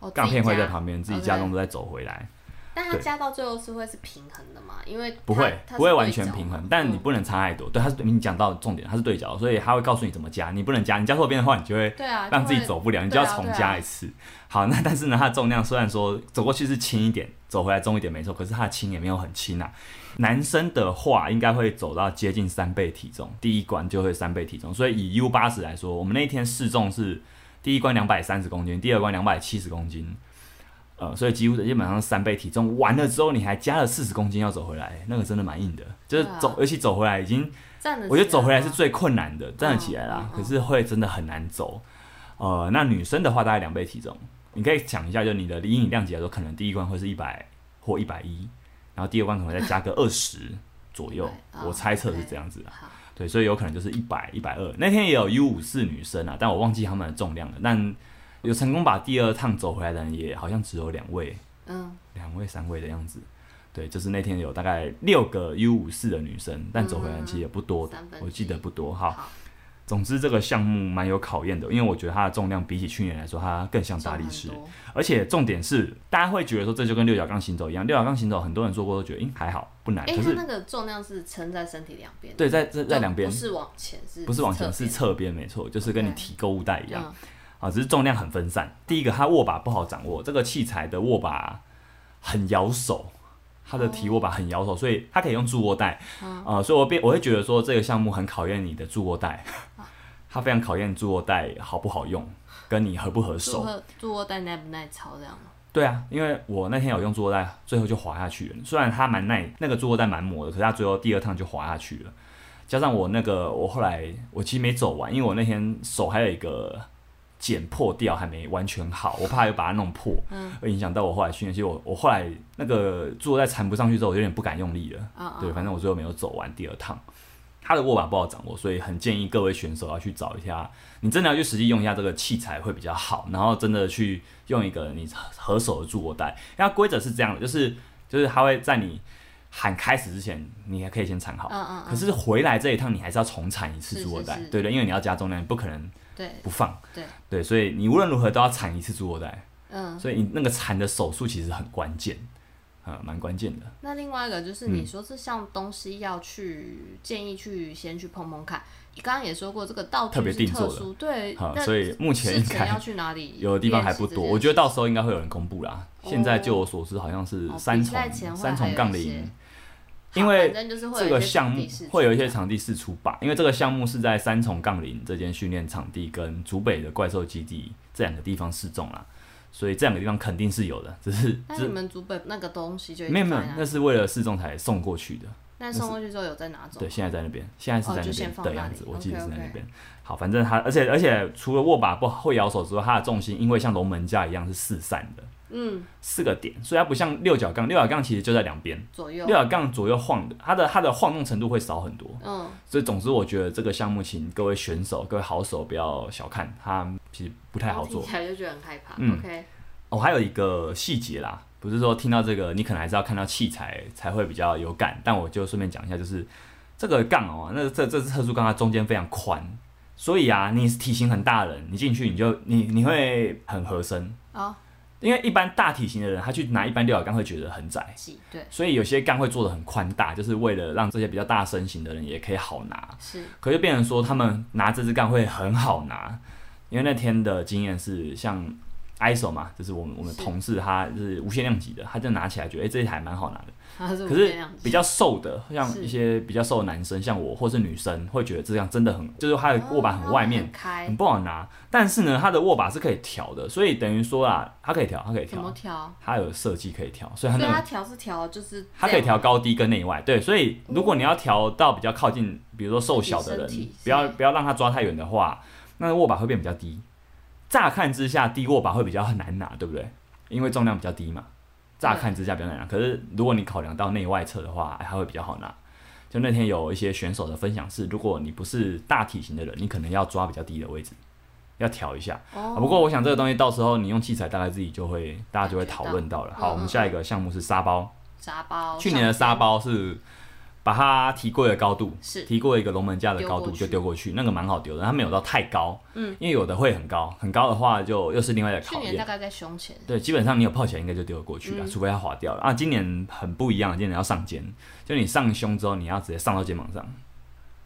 Speaker 2: 哦
Speaker 1: 杠片会在
Speaker 2: 自己加
Speaker 1: 旁边自己
Speaker 2: OK
Speaker 1: 加重，再走回来。
Speaker 2: 但它
Speaker 1: 对
Speaker 2: 加到最后是会是平衡的嘛？因为它
Speaker 1: 不会
Speaker 2: 它是
Speaker 1: 不会完
Speaker 2: 对
Speaker 1: 全
Speaker 2: 角
Speaker 1: 平
Speaker 2: 嘛
Speaker 1: 衡，但你
Speaker 2: 嗯
Speaker 1: 不能差太多。对，它是你讲到重点，它是对角，所以它会告诉你怎么加，你不能加，你加错边的话，你就会
Speaker 2: 对啊，
Speaker 1: 让
Speaker 2: 就
Speaker 1: 自己
Speaker 2: 会
Speaker 1: 走不了，你就
Speaker 2: 对
Speaker 1: 要
Speaker 2: 啊
Speaker 1: 重
Speaker 2: 对啊
Speaker 1: 加一次。好，那但是呢，它的重量虽然说走过去是轻一点，走回来重一点没错，可是它的轻也没有很轻啊。男生的话，应该会走到接近三倍体重，第一关就会三倍体重。所以以 U 八十来说，我们那天试重是第一关两百三十公斤，第二关两百七十公斤，呃，所以几乎基本上是三倍体重。完了之后，你还加了四十公斤要走回来，那个真的蛮硬的，就是
Speaker 2: 对啊
Speaker 1: 走，而且走回来已经
Speaker 2: 站得
Speaker 1: 我觉得
Speaker 2: 起
Speaker 1: 走回来
Speaker 2: 吗
Speaker 1: 是最困难的，站得起来啦，
Speaker 2: 嗯嗯
Speaker 1: 可是会真的很难走。呃，那女生的话大概两倍体重，你可以想一下，就你的阴影量级来说，可能第一关会是一百或一百一，然后第二关可能再加个二十左右，
Speaker 2: 对
Speaker 1: 我
Speaker 2: 哦
Speaker 1: 猜测是
Speaker 2: OK
Speaker 1: 这样子啊。
Speaker 2: 好
Speaker 1: 对，所以有可能就是一百、一百二。那天也有 U 五四女生啊，但我忘记她们的重量了。但有成功把第二趟走回来的人，也好像只有两位，
Speaker 2: 嗯
Speaker 1: 两位、三位的样子。对，就是那天有大概六个 U 五四的女生，但走回来其实也不多，
Speaker 2: 嗯三分之一
Speaker 1: 我记得不多。好，总之这个项目蛮有考验的，因为我觉得它的重量比起去年来说，它更像大力士。
Speaker 2: 重很多
Speaker 1: 而且重点是，大家会觉得说这就跟六角杠行走一样，六角杠行走很多人做过都觉得，嗯，还好不难。可
Speaker 2: 哎，它
Speaker 1: 是
Speaker 2: 那个重量是撑在身体两边，，
Speaker 1: 对，在在在两边
Speaker 2: 不是往前，是
Speaker 1: 不是往前，
Speaker 2: 侧
Speaker 1: 是
Speaker 2: 边
Speaker 1: 侧边，没错，就是跟你
Speaker 2: OK
Speaker 1: 提购物袋一样
Speaker 2: 嗯
Speaker 1: 啊，只是重量很分散。第一个，它握把不好掌握，这个器材的握把很咬手，它的提握把很咬手，所以它可以用助握带啊、所以我变我会觉得说这个项目很考验你的助握带， <laughs> 它非常考验助握带好不好用，跟你合不合
Speaker 2: 做
Speaker 1: 手。
Speaker 2: 卧做卧带耐不耐操这样吗？
Speaker 1: 对啊，因为我那天有用助握带，最后就滑下去了。虽然它蛮耐，那个助握带蛮磨的，可是它最后第二趟就滑下去了。加上我那个，我后来我其实没走完，因为我那天手还有一个茧破掉，还没完全好，我怕又把它弄破，
Speaker 2: 嗯
Speaker 1: 会影响到我后来训练。其实我我后来那个助握带缠不上去之后，我有点不敢用力了。
Speaker 2: 啊啊，
Speaker 1: 对，反正我最后没有走完第二趟。它的握把不好掌握，所以很建议各位选手要去找一下，你真的要去实际用一下这个器材会比较好，然后真的去用一个你合手的助握带。因为它规则是这样的，就是就是它会在你喊开始之前，你还可以先缠好，
Speaker 2: 嗯嗯
Speaker 1: 可是回来这一趟你还是要重缠一次
Speaker 2: 是
Speaker 1: 助握
Speaker 2: 是
Speaker 1: 带，
Speaker 2: 是
Speaker 1: 对对，因为你要加重量，你不可能
Speaker 2: 对
Speaker 1: 不放，
Speaker 2: 对，
Speaker 1: 对，所以你无论如何都要缠一次助握带，
Speaker 2: 嗯，
Speaker 1: 所以你那个缠的手速其实很关键，呃，蛮关键的。
Speaker 2: 那另外一个就是
Speaker 1: 嗯
Speaker 2: 你说这项东西要去建议去先去碰碰看，你刚刚也说过这个道具
Speaker 1: 特别
Speaker 2: 是
Speaker 1: 定做
Speaker 2: 特
Speaker 1: 的
Speaker 2: 殊，对
Speaker 1: 好，
Speaker 2: 那
Speaker 1: 所以目前
Speaker 2: 事
Speaker 1: 应
Speaker 2: 前
Speaker 1: 该
Speaker 2: 要去哪里？
Speaker 1: 有的地方还不多，我觉得到时候应该会有人公布啦。
Speaker 2: 哦
Speaker 1: 现在就我所知，好像是
Speaker 2: 哦
Speaker 1: 三
Speaker 2: 比赛
Speaker 1: 重
Speaker 2: 前会
Speaker 1: 三重杠
Speaker 2: 还有一
Speaker 1: 铃
Speaker 2: 些，
Speaker 1: 因为
Speaker 2: 反正就是会
Speaker 1: 这
Speaker 2: 有
Speaker 1: 个
Speaker 2: 一些
Speaker 1: 项
Speaker 2: 场
Speaker 1: 目
Speaker 2: 地试
Speaker 1: 会有一
Speaker 2: 出
Speaker 1: 些场地试出吧，因为这个项目是在三重杠铃这间训练场地跟竹北的怪兽基地这两个地方试中啦，所以这两个地方肯定是有的，只是
Speaker 2: 那
Speaker 1: 只
Speaker 2: 你们主本那个东西就已经
Speaker 1: 没有没有
Speaker 2: 放在，那
Speaker 1: 那是为了试中才送过去的。
Speaker 2: 那送过去之后有在拿走
Speaker 1: 对，？现在在那边，现在是
Speaker 2: 哦
Speaker 1: 在
Speaker 2: 就
Speaker 1: 那
Speaker 2: 先
Speaker 1: 边
Speaker 2: 放
Speaker 1: 的
Speaker 2: 那
Speaker 1: 样
Speaker 2: 里
Speaker 1: 子，我记得是在那
Speaker 2: OK，OK
Speaker 1: 边。好，反正它，而且而且除了握把不好会摇手之外，它的重心因为像龙门架一样是四散的，
Speaker 2: 嗯，
Speaker 1: 四个点，所以它不像六角杠，六角杠其实就在两边，
Speaker 2: 左右
Speaker 1: 六，角杠左右晃的，它的它的晃动程度会少很多。
Speaker 2: 嗯，
Speaker 1: 所以总之，我觉得这个项目，请各位选手、各位好手不要小看它，其实不太好
Speaker 2: 听
Speaker 1: 做。
Speaker 2: 起来就觉得很害怕。
Speaker 1: 嗯
Speaker 2: OK，
Speaker 1: 哦，还有一个细节啦，不是说听到这个，你可能还是要看到器材才会比较有感。但我就顺便讲一下，就是这个杠哦，那这这支特殊杠它中间非常宽，所以啊，你体型很大的人，你进去你就你你会很合身，
Speaker 2: 哦，
Speaker 1: 因为一般大体型的人，他去拿一般六角杠会觉得很窄。
Speaker 2: 挤，对，
Speaker 1: 所以有些杠会做的很宽大，就是为了让这些比较大身形的人也可以好拿。
Speaker 2: 是，
Speaker 1: 可就变成说他们拿这支杠会很好拿，因为那天的经验是像 ISO 嘛，就是我们我们
Speaker 2: 是
Speaker 1: 同事他是无限量级的，他就拿起来觉得哎、诶这一台蛮好拿的，
Speaker 2: 它是
Speaker 1: 可
Speaker 2: 无
Speaker 1: 是
Speaker 2: 限量
Speaker 1: 比
Speaker 2: 级，
Speaker 1: 较瘦的，像
Speaker 2: 是
Speaker 1: 一些比较瘦的男生，像我或是女生会觉得这样真的很，就是它的握把很外
Speaker 2: 哦
Speaker 1: 面
Speaker 2: 很。开
Speaker 1: 很，不好拿，但是呢，它的握把是可以调的，所以等于说啊，它可以调，它可以
Speaker 2: 怎么
Speaker 1: 调，
Speaker 2: 调？
Speaker 1: 它有设计可以调，所以它
Speaker 2: 所以
Speaker 1: 那个
Speaker 2: 它调是调，就是
Speaker 1: 它
Speaker 2: 这
Speaker 1: 可以
Speaker 2: 样
Speaker 1: 调高低跟内外，对，所以如果你要调到比较靠近，比如说瘦小的
Speaker 2: 自己身
Speaker 1: 人
Speaker 2: 体，
Speaker 1: 不要
Speaker 2: 是
Speaker 1: 不要让它抓太远的话，那握把会变比较低。乍看之下，低握把会比较难拿，对不对？因为重量比较低嘛。乍看之下比较难拿，可是如果你考量到内外侧的话，哎它会比较好拿。就那天有一些选手的分享是，如果你不是大体型的人，你可能要抓比较低的位置，要调一下。啊
Speaker 2: 哦，
Speaker 1: 不过我想这个东西到时候你用器材，大概自己就会大家就会讨论到了。
Speaker 2: 感觉到
Speaker 1: 好，
Speaker 2: 嗯
Speaker 1: 我们下一个项目是沙包。
Speaker 2: 沙包，
Speaker 1: 去年的沙包是把它提过的高度，
Speaker 2: 是
Speaker 1: 提过一个龙门架的高
Speaker 2: 丢
Speaker 1: 度
Speaker 2: 过去
Speaker 1: 就丢过去，那个蛮好丢的，它没有到太高，
Speaker 2: 嗯，
Speaker 1: 因为有的会很高，很高的话就又是另外的
Speaker 2: 去
Speaker 1: 考
Speaker 2: 年大
Speaker 1: 验。
Speaker 2: 概在胸前，
Speaker 1: 对，基本上你有泡起来应该就丢得过去了，
Speaker 2: 嗯
Speaker 1: 除非它滑掉了啊。今年很不一样，今年要上肩，就你上胸之后你要直接上到肩膀上，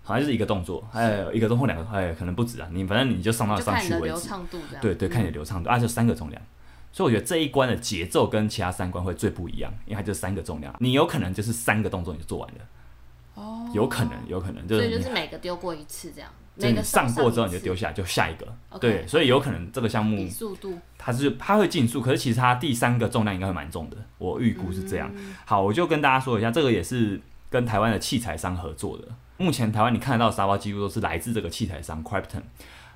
Speaker 1: 好像就是一个动作，还有一个动作或两个，哎，可能不止啊，你反正你就上到
Speaker 2: 就
Speaker 1: 上
Speaker 2: 看你
Speaker 1: 去
Speaker 2: 的嗯
Speaker 1: 为
Speaker 2: 流
Speaker 1: 止。
Speaker 2: 畅度这样。
Speaker 1: 对对，看你的流畅度，啊而且、就三个重量，所以我觉得这一关的节奏跟其他三关会最不一样，因为它就三个重量，你有可能就是三个动作你就做完了，
Speaker 2: 哦，
Speaker 1: 有可能，有可能就
Speaker 2: 所
Speaker 1: 是
Speaker 2: 以就
Speaker 1: 你
Speaker 2: 是每个丢过一次这样，
Speaker 1: 就是
Speaker 2: 每
Speaker 1: 你
Speaker 2: 个
Speaker 1: 上过之后你就
Speaker 2: 一次
Speaker 1: 丢下来，就下一个
Speaker 2: OK
Speaker 1: 对，所以有可能这个项目
Speaker 2: 比速度
Speaker 1: 它是它会竞速，可是其实它第三个重量应该会蛮重的，我预估是这样。
Speaker 2: 嗯
Speaker 1: 好，我就跟大家说一下，这个也是跟台湾的器材商合作的。目前台湾你看得到的沙包几乎都是来自这个器材商 Crafton，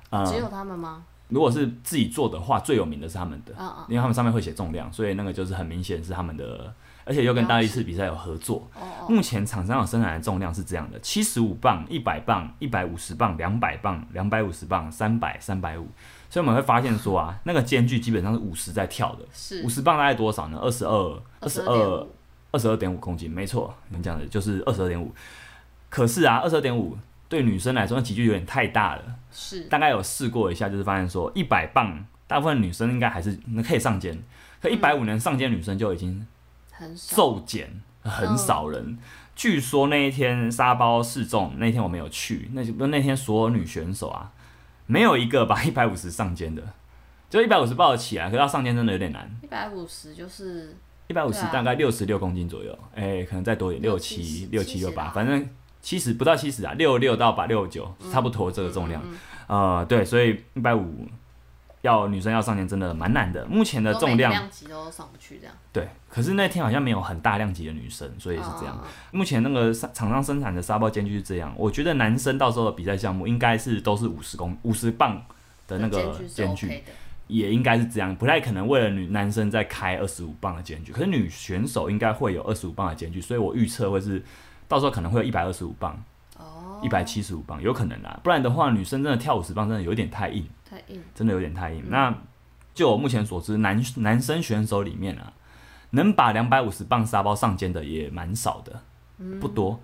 Speaker 1: 呃，
Speaker 2: 只有他们吗？
Speaker 1: 如果是自己做的话，最有名的是他们的，
Speaker 2: 嗯嗯
Speaker 1: 因为他们上面会写重量，所以那个就是很明显是他们的，而且又跟大力士比赛有合作。
Speaker 2: 哦哦，
Speaker 1: 目前厂商有生产的重量是这样的：七十五磅、一百磅、一百五十磅、两百磅、两百五十磅、三百、三百五。所以我们会发现说 <laughs> 啊，那个间距基本上是五十在跳的，
Speaker 2: 是
Speaker 1: 五十磅大概多少呢？二十二、二十二、
Speaker 2: 22.5
Speaker 1: 二十二点五公斤，没错，你讲的就是二十二点五。可是啊，二十二点五对女生来说那集距有点太大了。
Speaker 2: 是
Speaker 1: 大概有试过一下，就是发现说一百磅，大部分女生应该还是可以上肩，可一百五能上肩的女生就已经
Speaker 2: 很少，
Speaker 1: 骤减，很少人。据说那一天沙包示众那天我没有去，那就那天所有女选手啊，没有一个把一百五十上肩的，就一百五十抱得起来，啊可是要上肩真的有点难。
Speaker 2: 一百五十就是
Speaker 1: 一百五十
Speaker 2: 对啊
Speaker 1: 大概六十六公斤左右，哎、可能再多一点，
Speaker 2: 六
Speaker 1: 六
Speaker 2: 七
Speaker 1: 七
Speaker 2: 十、
Speaker 1: 六七、六
Speaker 2: 70啦
Speaker 1: 八，反正七十不到七十啊，六六到八六九，
Speaker 2: 嗯
Speaker 1: 差不多这个重量。呃，对，所以一百五要女生要上肩真的蛮难的。目前的
Speaker 2: 都每
Speaker 1: 重
Speaker 2: 个
Speaker 1: 量
Speaker 2: 量级都上不去这样，
Speaker 1: 对，可是那天好像没有很大量级的女生，所以是这样。
Speaker 2: 嗯。嗯嗯
Speaker 1: 目前那个厂厂商生产的沙包间距是这样，我觉得男生到时候的比赛项目应该是都是五十公五十磅的呃那个
Speaker 2: 间距是
Speaker 1: 间距，
Speaker 2: OK 的，
Speaker 1: 也应该是这样，不太可能为了女男生再开二十五磅的间距，可是女选手应该会有二十五磅的间距，所以我预测会是到时候可能会有一百二十五磅、
Speaker 2: 哦，
Speaker 1: 一百七十五磅，有可能啦，不然的话女生真的跳五十磅真的有点太硬，
Speaker 2: 太硬，
Speaker 1: 真的有点太硬。
Speaker 2: 嗯
Speaker 1: 那就我目前所知，男男生选手里面啊，能把两百五十磅沙包上肩的也蛮少的，
Speaker 2: 嗯
Speaker 1: 不多，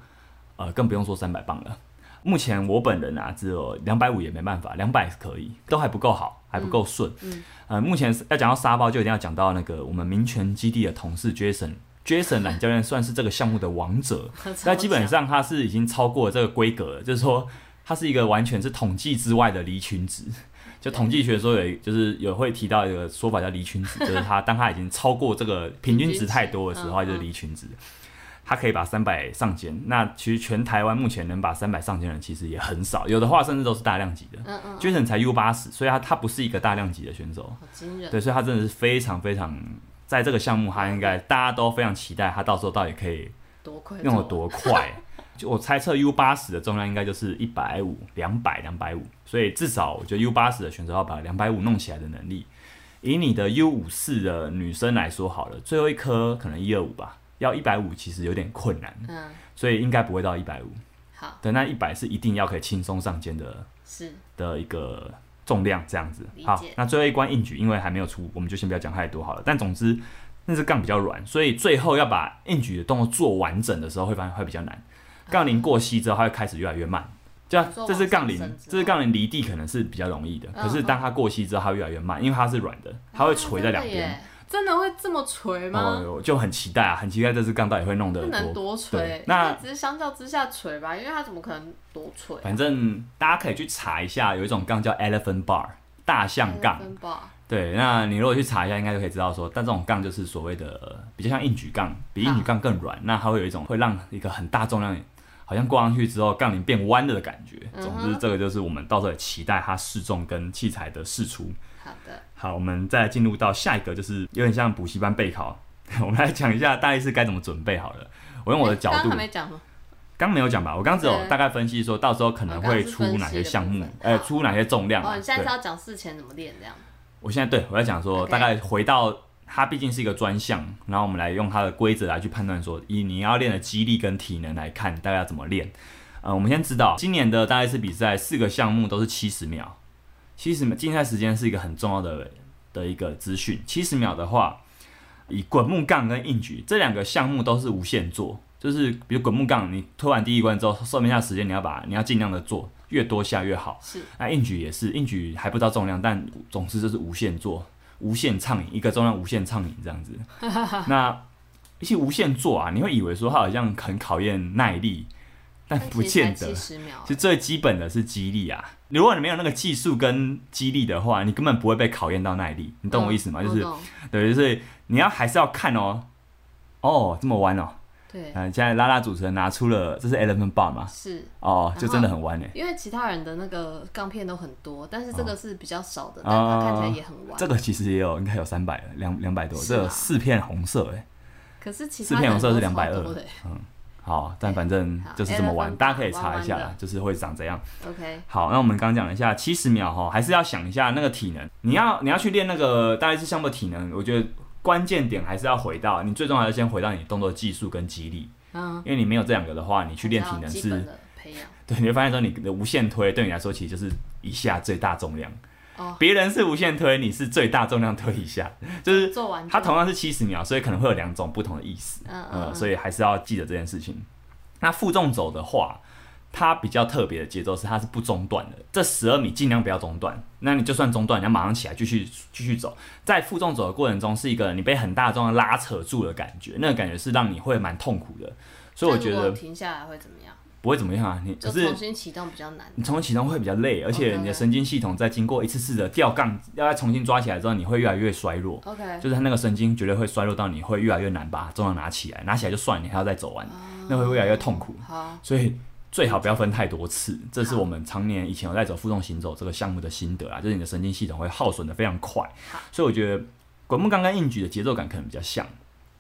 Speaker 1: 呃，更不用说三百磅了。目前我本人啊，只有两百五也没办法，两百可以，都还不够好，还不够顺。
Speaker 2: 嗯，
Speaker 1: 呃，目前要讲到沙包，就一定要讲到那个我们民权基地的同事 Jason。Jason 懒教练算是这个项目的王者那基本上他是已经超过了这个规格了，就是说他是一个完全是统计之外的离群值。就统计学说有一，就是有会提到一个说法叫离群值，就是他当他已经超过这
Speaker 2: <laughs>
Speaker 1: 个平均值太多的时候，他
Speaker 2: 嗯
Speaker 1: 就是离群值。他可以把三百上肩，那其实全台湾目前能把三百上肩的人其实也很少，有的话甚至都是大量级的。
Speaker 2: 嗯嗯，
Speaker 1: Jason 才 U 八十，所以他他不是一个大量级的选手。
Speaker 2: 好惊人，
Speaker 1: 对，所以他真的是非常非常，在这个项目，他应该大家都非常期待他到时候到底可以
Speaker 2: 多亏
Speaker 1: 用
Speaker 2: 我
Speaker 1: 有多快。 <laughs> 就我猜测 U 八十的重量应该就是一百五、两百、两百五，所以至少我觉得 U 八十的选手要把两百五弄起来的能力，以你的 U 五四的女生来说好了，最后一颗可能一二五吧，要一百五其实有点困难，
Speaker 2: 嗯，
Speaker 1: 所以应该不会到一百五。
Speaker 2: 好，
Speaker 1: 的那一百是一定要可以轻松上肩的
Speaker 2: 是
Speaker 1: 的一个重量这样子
Speaker 2: 理。解
Speaker 1: 好，那最后一关硬举，因为还没有出，我们就先不要讲太多好了。但总之，那只杠比较软，所以最后要把硬举的动作做完整的时候，会发现会比较难。
Speaker 2: 啊
Speaker 1: 杠铃过膝之后，它会开始越来越慢。就
Speaker 2: 你说
Speaker 1: 这是
Speaker 2: 往上
Speaker 1: 杠铃
Speaker 2: 升之，后
Speaker 1: 这是杠铃离地可能是比较容易的，
Speaker 2: 哦嗯
Speaker 1: 可是当它过膝之后，它会越来越慢，因为它是软的，它会垂在两边。
Speaker 2: 啊真的耶真的会这么垂吗？
Speaker 1: 哦，就很期待啊，很期待这只杠到底会弄得
Speaker 2: 不能多
Speaker 1: 对
Speaker 2: 垂，
Speaker 1: 那
Speaker 2: 应该只是相较之下垂吧，因为它怎么可能多垂？啊
Speaker 1: 反正大家可以去查一下，有一种杠叫 elephant bar，大象杠。
Speaker 2: 分吧，
Speaker 1: 对，那你如果去查一下，应该就可以知道说，但这种杠就是所谓的呃比较像硬举杠，比
Speaker 2: 嗯
Speaker 1: 硬举杠更软。那它会有一种会让一个很大重量，好像挂上去之后杠铃变弯了的感觉。
Speaker 2: 嗯哼
Speaker 1: 总之，这个就是我们到时候也期待它试重跟器材的试出。
Speaker 2: 好的，
Speaker 1: 好，我们再进入到下一个，就是有点像补习班备考。 <laughs> 我们来讲一下大一是该怎么准备好了。我用我的角
Speaker 2: 哎刚
Speaker 1: 度
Speaker 2: 刚还，没讲吗？
Speaker 1: 刚没有讲吧？我刚只有
Speaker 2: 对
Speaker 1: 大概分析说，到时候可能会出
Speaker 2: 哦刚刚是分析的
Speaker 1: 哪些项目
Speaker 2: 部分，
Speaker 1: 呃，
Speaker 2: 好
Speaker 1: 出哪些重量啊。
Speaker 2: 哦，你现在
Speaker 1: 对
Speaker 2: 是要讲事前怎么练这样？
Speaker 1: 我现在对我在讲说，
Speaker 2: OK
Speaker 1: 大概回到它毕竟是一个专项，然后我们来用它的规则来去判断说，以你要练的肌力跟体能来看，大概要怎么练。呃，我们先知道今年的大概是比赛四个项目都是七十秒，七十秒竞赛时间是一个很重要的的一个资讯。七十秒的话，以滚木杠跟硬举这两个项目都是无限做，就是比如滚木杠，你推完第一关之后，剩下的时间你要把你要尽量的做，越多下越好。
Speaker 2: 是
Speaker 1: 那硬举也是，硬举还不知道重量，但总之就是无限做，无限畅饮，一个重量无限畅饮这样
Speaker 2: <laughs>
Speaker 1: 子。那一些无限做啊，你会以为说它好像很考验耐力，但哎不见得
Speaker 2: 七。十秒
Speaker 1: 其，实最基本的是肌力啊，如果你没有那个技术跟肌力的话，你根本不会被考验到耐力，你懂我意思吗？
Speaker 2: 嗯
Speaker 1: 就是
Speaker 2: 我懂
Speaker 1: 对，就是你要还是要看哦，哦这么弯哦，
Speaker 2: 对，
Speaker 1: 嗯、现在拉拉主持人拿出了这是 Elephant Bar 嘛，
Speaker 2: 是
Speaker 1: 哦就真的很弯哎，
Speaker 2: 因为其他人的那个杠片都很多，但是这个是比较少的，
Speaker 1: 哦
Speaker 2: 但它看起来也很
Speaker 1: 这
Speaker 2: 弯。
Speaker 1: 个其实也有，应该有三百两两百多，
Speaker 2: 是
Speaker 1: 这
Speaker 2: 啊
Speaker 1: 有四片红色哎。
Speaker 2: 可是其
Speaker 1: 四
Speaker 2: 他
Speaker 1: 片红
Speaker 2: 人
Speaker 1: 色
Speaker 2: 都
Speaker 1: 是
Speaker 2: 超
Speaker 1: 220
Speaker 2: 多的。
Speaker 1: 好，但反正
Speaker 2: 哎好哎
Speaker 1: 就是这么玩，
Speaker 2: Elephant
Speaker 1: 大家可以查一下
Speaker 2: 弯
Speaker 1: 啦
Speaker 2: 弯的，
Speaker 1: 就是会长怎样。
Speaker 2: OK，
Speaker 1: 好，那我们刚刚讲了一下七十秒哈，还是要想一下那个体能，你要你要去练那个大概是项目的体能，我觉得关键点还是要回到你最重要的，先回到你动作技术跟肌力，
Speaker 2: 嗯，
Speaker 1: 因为你没有这两个的话，你去练体
Speaker 2: 还
Speaker 1: 能
Speaker 2: 是要基本
Speaker 1: 是，
Speaker 2: 的培养。
Speaker 1: 对，你会发现说你的无限推对你来说其实就是一下最大重量，
Speaker 2: 哦，
Speaker 1: 别人是无限推，你是最大重量推一下，就是
Speaker 2: 做完就
Speaker 1: 它同样是七十秒，所以可能会有两种不同的意思。
Speaker 2: 嗯嗯
Speaker 1: 呃，
Speaker 2: 嗯
Speaker 1: 所以还是要记得这件事情。那负重走的话，它比较特别的节奏是它是不中断的，这十二米尽量不要中断。那你就算中断，你要马上起来继续继续走。在负重走的过程中，是一个你被很大的重量拉扯住的感觉，那个感觉是让你会蛮痛苦的。所以我觉
Speaker 2: 但如
Speaker 1: 得
Speaker 2: 果停下来会怎么样？
Speaker 1: 不会怎么样啊，你可
Speaker 2: 就是重新哦启动比较难。
Speaker 1: 你重新启动会比较累，而且
Speaker 2: OK，OK
Speaker 1: 你的神经系统在经过一次次的吊杠，要再重新抓起来之后，你会越来越衰弱。
Speaker 2: OK，
Speaker 1: 就是它那个神经绝对会衰弱到你会越来越难把重量拿起来，拿起来就算，你还要再走完，那会越来越痛苦。
Speaker 2: 好，
Speaker 1: 所以最好不要分太多次，这是我们常年以前有在走负重行走这个项目的心得啊，就是你的神经系统会耗损的非常快
Speaker 2: 好。
Speaker 1: 所以我觉得滚木刚刚硬举的节奏感可能比较像。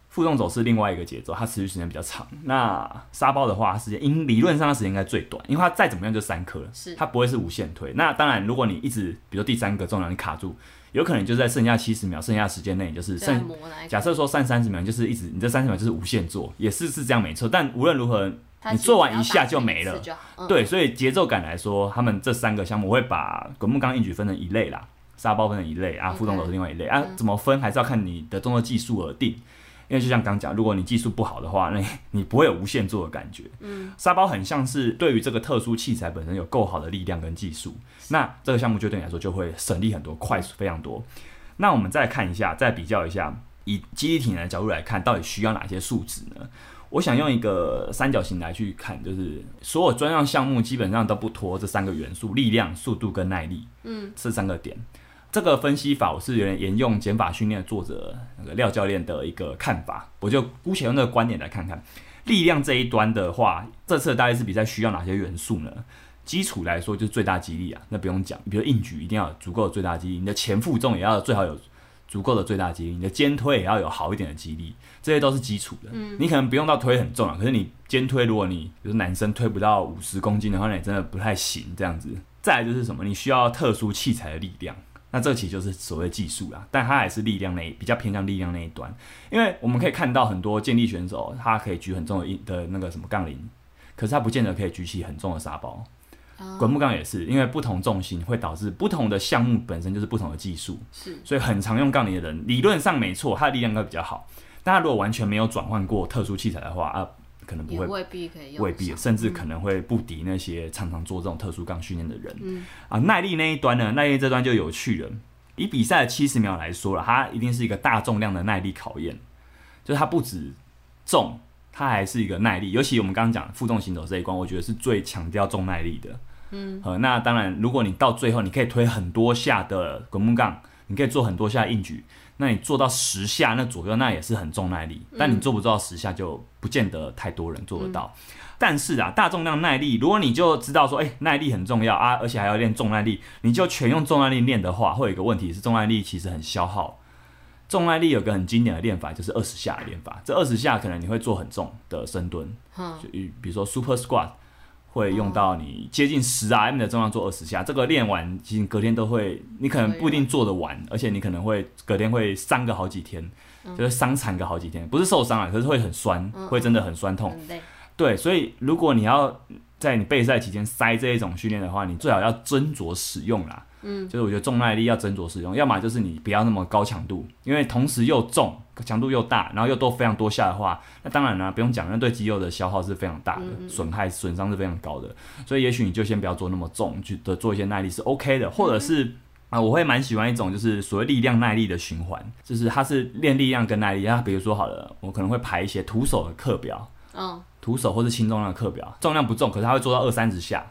Speaker 1: 负重走是另外一个节奏，它持续时间比较长。那沙包的话，它时间应理论上它时间应该最短，因为它再怎么样就三颗了，
Speaker 2: 是
Speaker 1: 它不会是无限推。那当然，如果你一直，比如说第三个重量你卡住，有可能就在剩下七十秒、剩下的时间内，你就是
Speaker 2: 再
Speaker 1: 剩
Speaker 2: 啊磨哪一个？
Speaker 1: 假设说三三十秒就是一直，你这三十秒就是无限做，也是是这样没错。但无论如何，
Speaker 2: 它
Speaker 1: 你
Speaker 2: 其实
Speaker 1: 做完
Speaker 2: 只要
Speaker 1: 一下
Speaker 2: 打
Speaker 1: 就
Speaker 2: 成
Speaker 1: 没
Speaker 2: 次
Speaker 1: 了
Speaker 2: 就好。嗯，
Speaker 1: 对，所以节奏感来说，他们这三个项目我会把滚木钢硬举分成一类啦，沙包分成一类啊，
Speaker 2: OK
Speaker 1: 负重都是另外一类啊。怎么分还是要看你的动作技术而定。因为就像刚讲，如果你技术不好的话，那 <laughs> 你你不会有无限做的感觉。嗯，沙包很像是对于这个特殊器材本身有够好的力量跟技术，那这个项目就对你来说就会省力很多，快速非常多。那我们再看一下，再比较一下，以肌力体能的角度来看，到底需要哪些数值呢？我想用一个三角形来去看，就是所有专项项目基本上都不脱这三个元素：力量、速度跟耐力。嗯，这三个点。这个分析法我是有点沿用减法训练作者那个廖教练的一个看法，我就姑且用这个观点来看看。力量这一端的话，这次大力士比赛需要哪些元素呢？基础来说就是最大肌力啊，那不用讲。比如硬举一定要有足够的最大肌力，你的前负重也要最好有足够的最大肌力，你的肩推也要有好一点的肌力，这些都是基础的。你可能不用到推很重啊，可是你肩推，如果你比如男生推不到五十公斤的话，那你真的不太行这样子。再来就是什么，你需要特殊器材的力量。那这其实就是所谓技术啦，但它还是力量那一比较偏向力量那一端，因为我们可以看到很多健力选手，他可以举很重的一的那个什么杠铃，可是他不见得可以举起很重的沙包。
Speaker 2: 啊
Speaker 1: 滚木杠也是，因为不同重心会导致不同的项目本身就是不同的技术，
Speaker 2: 是
Speaker 1: 所以很常用杠铃的人，理论上没错，他的力量应该比较好。但他如果完全没有转换过特殊器材的话啊，可能不
Speaker 2: 也
Speaker 1: 会
Speaker 2: 未必可以用，嗯
Speaker 1: 未必，，甚至可能会不敌那些常常做这种特殊杠训练的人。
Speaker 2: 嗯
Speaker 1: 啊，耐力那一端呢，耐力这端就有趣了。以比赛的七十秒来说了，它一定是一个大重量的耐力考验，就是它不止重，它还是一个耐力。尤其我们刚刚讲负重行走这一关，我觉得是最强调重耐力的。
Speaker 2: 嗯，
Speaker 1: 呃，那当然，如果你到最后你可以推很多下的滚木杠，你可以做很多下硬举，那你做到十下那左右，那也是很重耐力。但
Speaker 2: 嗯
Speaker 1: 你做不做到十下，就不见得太多人做得到。但是啊，大重量耐力，如果你就知道说，哎、耐力很重要啊，而且还要练重耐力，你就全用重耐力练的话，会有一个问题是重耐力其实很消耗。重耐力有个很经典的练法，就是二十下的练法。这二十下可能你会做很重的深蹲，
Speaker 2: 哼，
Speaker 1: 就比如说 Super Squat 会用到你接近十 RM 的重量做二十下，这个练完，其实你隔天都会，你可能不一定做得完，而且你可能会隔天会伤个好几天，就是伤残个好几天，不是受伤啊，可是会很酸，会真的很酸痛。
Speaker 2: 很累，
Speaker 1: 对，所以如果你要在你备赛期间塞这一种训练的话，你最好要斟酌使用啦。嗯，就是我觉得重耐力要斟酌使用，要么就是你不要那么高强度，因为同时又重，强度又大，然后又都非常多下的话，那当然啦、不用讲，那对肌肉的消耗是非常大的，损害损伤是非常高的。所以也许你就先不要做那么重，去的做一些耐力是 OK 的，或者是。啊，我会蛮喜欢一种就是所谓力量耐力的循环，就是它是练力量跟耐力。它比如说好了，我可能会排一些徒手的课表，
Speaker 2: 嗯，
Speaker 1: 徒手或是轻重量的课表，重量不重，可是他会做到二三十下，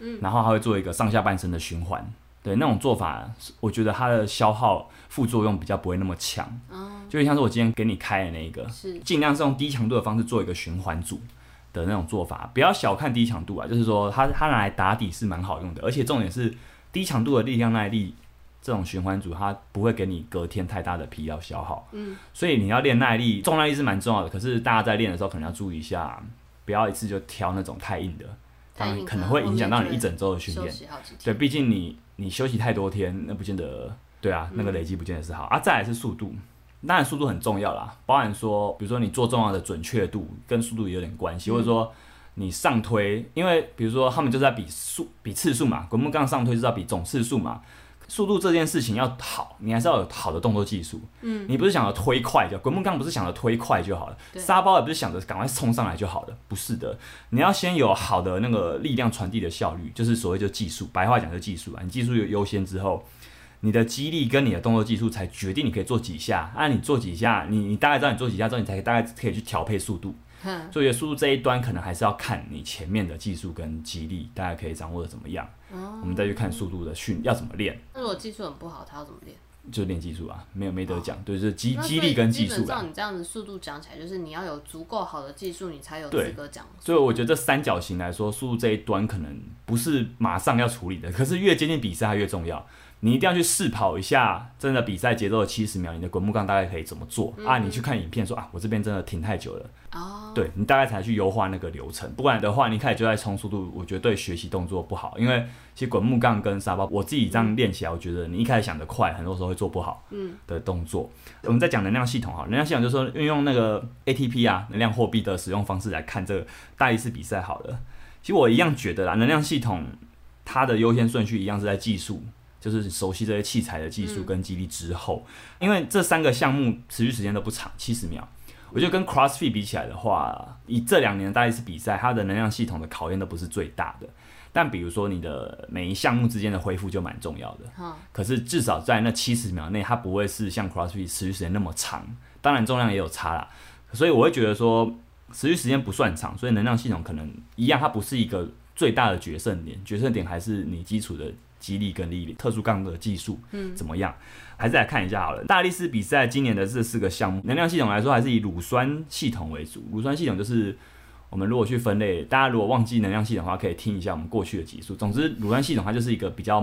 Speaker 1: 嗯，然后他会做一个上下半身的循环，对那种做法，我觉得它的消耗副作用比较不会那么强，
Speaker 2: 哦，
Speaker 1: 就像是我今天给你开的那一个，
Speaker 2: 是
Speaker 1: 尽量是用低强度的方式做一个循环组的那种做法，不要小看低强度啊，就是说它它拿来打底是蛮好用的，而且重点是低强度的力量耐力这种循环组，它不会给你隔天太大的疲劳消耗，
Speaker 2: 嗯，
Speaker 1: 所以你要练耐力，重耐力是蛮重要的，可是大家在练的时候可能要注意一下，不要一次就挑那种太硬的，
Speaker 2: 太
Speaker 1: 当
Speaker 2: 硬
Speaker 1: 然可能
Speaker 2: 可能
Speaker 1: 会影响
Speaker 2: 后
Speaker 1: 到
Speaker 2: 面
Speaker 1: 你一
Speaker 2: 就
Speaker 1: 整周的训
Speaker 2: 休
Speaker 1: 练，
Speaker 2: 息好几天，
Speaker 1: 对，毕竟你你休息太多天，那不见得对啊，那个累积不见得是好、啊。再来是速度，当然速度很重要啦，包含说，比如说你做重要的准确度跟速度也有点关系，或者说你上推，因为比如说他们就是在比速比次数嘛，滚木杠上推就是要比总次数嘛。速度这件事情要好，你还是要有好的动作技术。嗯，你不是想着推快就滚木杠，不是想着推快就好了，
Speaker 2: 对
Speaker 1: 沙包也不是想着赶快冲上来就好了，不是的。你要先有好的那个力量传递的效率，就是所谓就技术，白话讲就是技术啊。你技术有优先之后，你的肌力跟你的动作技术才决定你可以做几下。啊，你做几下，你你大概知道你做几下之后，你才大概可以去调配速度。
Speaker 2: 哼，
Speaker 1: 所以速度这一端可能还是要看你前面的技术跟肌力，大概可以掌握的怎么样。
Speaker 2: 哦
Speaker 1: 我们再去看速度的训要怎么练，
Speaker 2: 那如果技术很不好，他要怎么练？
Speaker 1: 就是练技术啊，没有没得讲，对，就是肌
Speaker 2: 哦那
Speaker 1: 肌
Speaker 2: 所以
Speaker 1: 力跟
Speaker 2: 基
Speaker 1: 技
Speaker 2: 本
Speaker 1: 术啊啦
Speaker 2: 上。你这样子速度讲起来，就是你要有足够好的技术，你才有资
Speaker 1: 对
Speaker 2: 格讲。
Speaker 1: 所以我觉得这三角形来说，速度这一端可能不是马上要处理的，可是越接近比赛它越重要。你一定要去试跑一下，真的比赛节奏的七十秒，你的滚木杠大概可以怎么做、啊？你去看影片说啊，我这边真的停太久了，
Speaker 2: 嗯哦，
Speaker 1: 对你大概才去优化那个流程，不然的话，你一开始就在冲速度，我觉得对学习动作不好，因为其实滚木杠跟沙包，我自己这样练起来，我觉得你一开始想得快，很多时候会做不好，
Speaker 2: 嗯，
Speaker 1: 的动作。我们在讲能量系统哈，能量系统就是说运用那个 ATP 啊，能量货币的使用方式来看这个大力士比赛好了。其实我一样觉得啦，能量系统它的优先顺序一样是在技术，就是熟悉这些器材的技术跟肌力之后，因为这三个项目持续时间都不长，七十秒。我觉得跟 CrossFit 比起来的话，以这两年的大力士比赛，它的能量系统的考验都不是最大的。但比如说你的每一项目之间的恢复就蛮重要的。
Speaker 2: 哈，
Speaker 1: 可是至少在那七十秒内，它不会是像 CrossFit 持续时间那么长。当然重量也有差啦，所以我会觉得说持续时间不算长，所以能量系统可能一样，它不是一个最大的决胜点，决胜点还是你基础的肌力跟力量、特殊杠的技术，嗯，怎么样？还是来看一下好了。大力士比赛今年的这四个项目，能量系统来说还是以乳酸系统为主，乳酸系统就是。我们如果去分类，大家如果忘记能量系统的话，可以听一下我们过去的集数。总之，乳酸系统它就是一个比较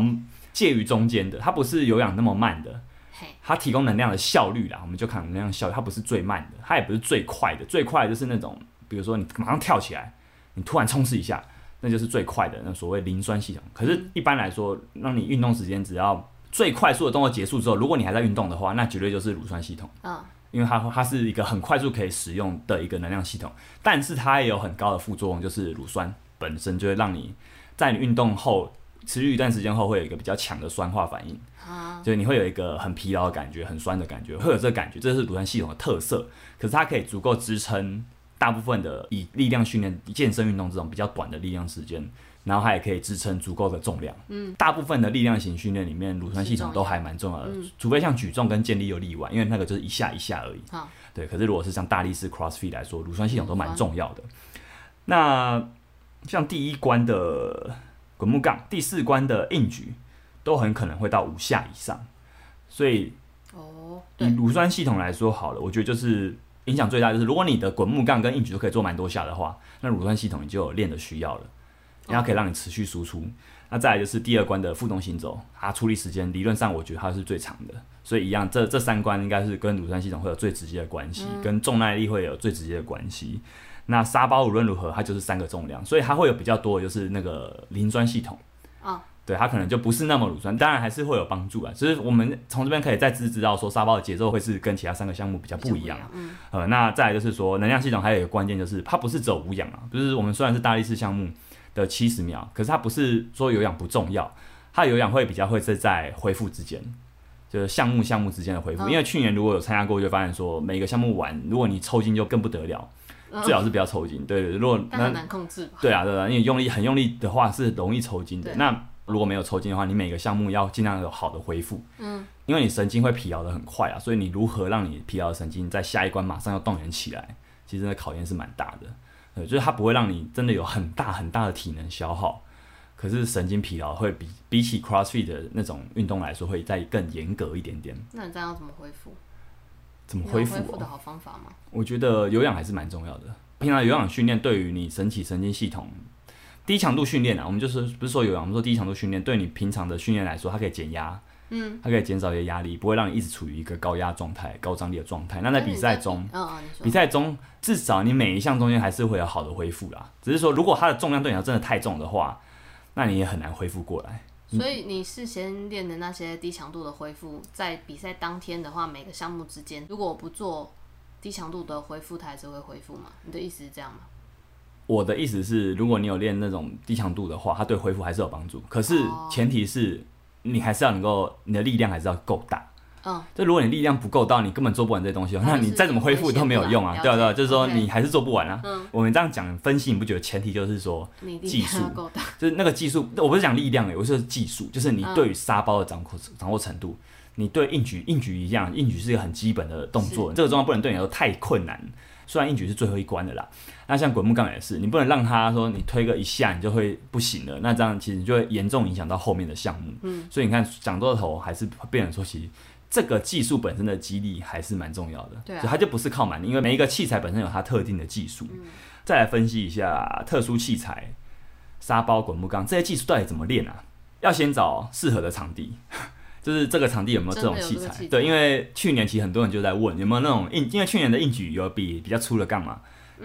Speaker 1: 介于中间的，它不是有氧那么慢的，
Speaker 2: 嘿，
Speaker 1: 它提供能量的效率啦，我们就看能量效率，它不是最慢的，它也不是最快的，最快的就是那种，比如说你马上跳起来，你突然冲刺一下，那就是最快的，那所谓磷酸系统。可是，一般来说，让你运动时间只要最快速的动作结束之后，如果你还在运动的话，那绝对就是乳酸系统，
Speaker 2: 嗯，
Speaker 1: 因为它它是一个很快速可以使用的一个能量系统，但是它也有很高的副作用，就是乳酸本身就会让你在你运动后持续一段时间后会有一个比较强的酸化反应，
Speaker 2: 啊，
Speaker 1: 就是你会有一个很疲劳的感觉，很酸的感觉，会有这个感觉，这是乳酸系统的特色。可是它可以足够支撑大部分的以力量训练、以健身运动这种比较短的力量时间，然后它也可以支撑足够的重量。嗯，大部分的力量型训练里面，乳酸系统都还蛮重要的，除非像举重跟健力有例外，因为那个就是一下一下而已。
Speaker 2: 好，
Speaker 1: 对，可是如果是像大力士 CrossFit 来说，乳酸系统都蛮重要的。那像第一关的滚木杠，第四关的硬举，都很可能会到五下以上。所以
Speaker 2: 哦，
Speaker 1: 以
Speaker 2: 对，
Speaker 1: 乳酸系统来说好了，我觉得就是影响最大就是，如果你的滚木杠跟硬举都可以做蛮多下的话，那乳酸系统你就有练的需要了，然后可以让你持续输出。那再来就是第二关的负重行走，它处理时间理论上我觉得它是最长的，所以一样这这三关应该是跟乳酸系统会有最直接的关系，跟重耐力会有最直接的关系。那沙包无论如何它就是三个重量，所以它会有比较多的就是那个磷酸系统。
Speaker 2: 哦，
Speaker 1: 对，它可能就不是那么乳酸，当然还是会有帮助啊。只是我们从这边可以再知知道说沙包的节奏会是跟其他三个项目比较不一样。，
Speaker 2: 嗯，
Speaker 1: 呃，那再来就是说能量系统还有一个关键就是它不是走无氧啊，就是我们虽然是大力士项目的七十秒，可是它不是说有氧不重要，它有氧会比较会是在恢复之间。就是项目项目之间的恢复，
Speaker 2: 嗯
Speaker 1: 因为去年如果有参加过，就发现说每个项目完，如果你抽筋就更不得了，
Speaker 2: 嗯
Speaker 1: 最好是不要抽筋。对对，对如果
Speaker 2: 但很难控制吧？
Speaker 1: 对啊，对啊，因为用力很用力的话是容易抽筋的。
Speaker 2: 对
Speaker 1: 那如果没有抽筋的话，你每个项目要尽量有好的恢复，
Speaker 2: 嗯，
Speaker 1: 因为你神经会疲劳的很快啊，所以你如何让你疲劳的神经在下一关马上要动员起来，其实那考验是蛮大的。呃，就是它不会让你真的有很大很大的体能消耗，可是神经疲劳会比比起 CrossFit 的那种运动来说，会再更严格一点点。
Speaker 2: 那你这样要怎么恢复？
Speaker 1: 怎么
Speaker 2: 你有
Speaker 1: 恢复、
Speaker 2: 复
Speaker 1: 哦？
Speaker 2: 的好方法吗？
Speaker 1: 我觉得有氧还是蛮重要的。平常有氧训练对于你身体神经系统低强度训练啊，我们就是不是说有氧，我们说低强度训练对你平常的训练来说，它可以减压，嗯，它可以减少一些压力，不会让你一直处于一个高压状态、高张力的状态。那在
Speaker 2: 但是
Speaker 1: 比
Speaker 2: 你
Speaker 1: 赛中，
Speaker 2: 比，嗯嗯，你说
Speaker 1: 比赛中至少你每一项中间还是会有好的恢复啦。只是说，如果它的重量对你来说真的太重的话，那你也很难恢复过来。
Speaker 2: 嗯所以你事先练的那些低强度的恢复，在比赛当天的话，每个项目之间，如果我不做低强度的恢复，它还是会恢复吗？你的意思是这样吗？
Speaker 1: 我的意思是，如果你有练那种低强度的话，它对恢复还是有帮助。可是
Speaker 2: 哦
Speaker 1: 前提是你还是要能够，你的力量还是要够大。
Speaker 2: 嗯，
Speaker 1: 就如果你力量不够大，你根本做不完这些东西，
Speaker 2: 那
Speaker 1: 那
Speaker 2: 哦就是
Speaker 1: 你再怎么恢复都没有用啊
Speaker 2: 危。险
Speaker 1: 对啊，对
Speaker 2: 了
Speaker 1: 啊，
Speaker 2: 解
Speaker 1: 就是说
Speaker 2: OK
Speaker 1: 你还是做不完啊。
Speaker 2: 嗯
Speaker 1: 我们这样讲分析，你不觉得前提就是说，
Speaker 2: 你
Speaker 1: 技
Speaker 2: 力量要
Speaker 1: 术
Speaker 2: 够大，
Speaker 1: <laughs> 就是那个技术，我不是讲力量诶，欸我是说技术，就是你
Speaker 2: 嗯
Speaker 1: 对于沙包的掌控掌握程度，你对硬举硬举一样，硬举是一个很基本的动作，这个状况不能对你来说太困难。虽然硬举是最后一关的啦，那像滚木杠也是，你不能让他说你推个一下你就会不行了，那这样其实就会严重影响到后面的项目。
Speaker 2: 嗯，
Speaker 1: 所以你看讲到头还是变成说，其实这个技术本身的激励还是蛮重要的。
Speaker 2: 对啊
Speaker 1: 所以它就不是靠蛮力，因为每一个器材本身有它特定的技术。
Speaker 2: 嗯
Speaker 1: 再来分析一下特殊器材，沙包、滚木杠这些技术到底怎么练啊？要先找适合的场地。 <laughs> 就是这个场地有没有这种
Speaker 2: 真的有
Speaker 1: 器
Speaker 2: 这个
Speaker 1: 材？
Speaker 2: 器材
Speaker 1: 对，因为去年其实很多人就在问有没有那种硬，因为去年的硬举有比比较粗的杠嘛，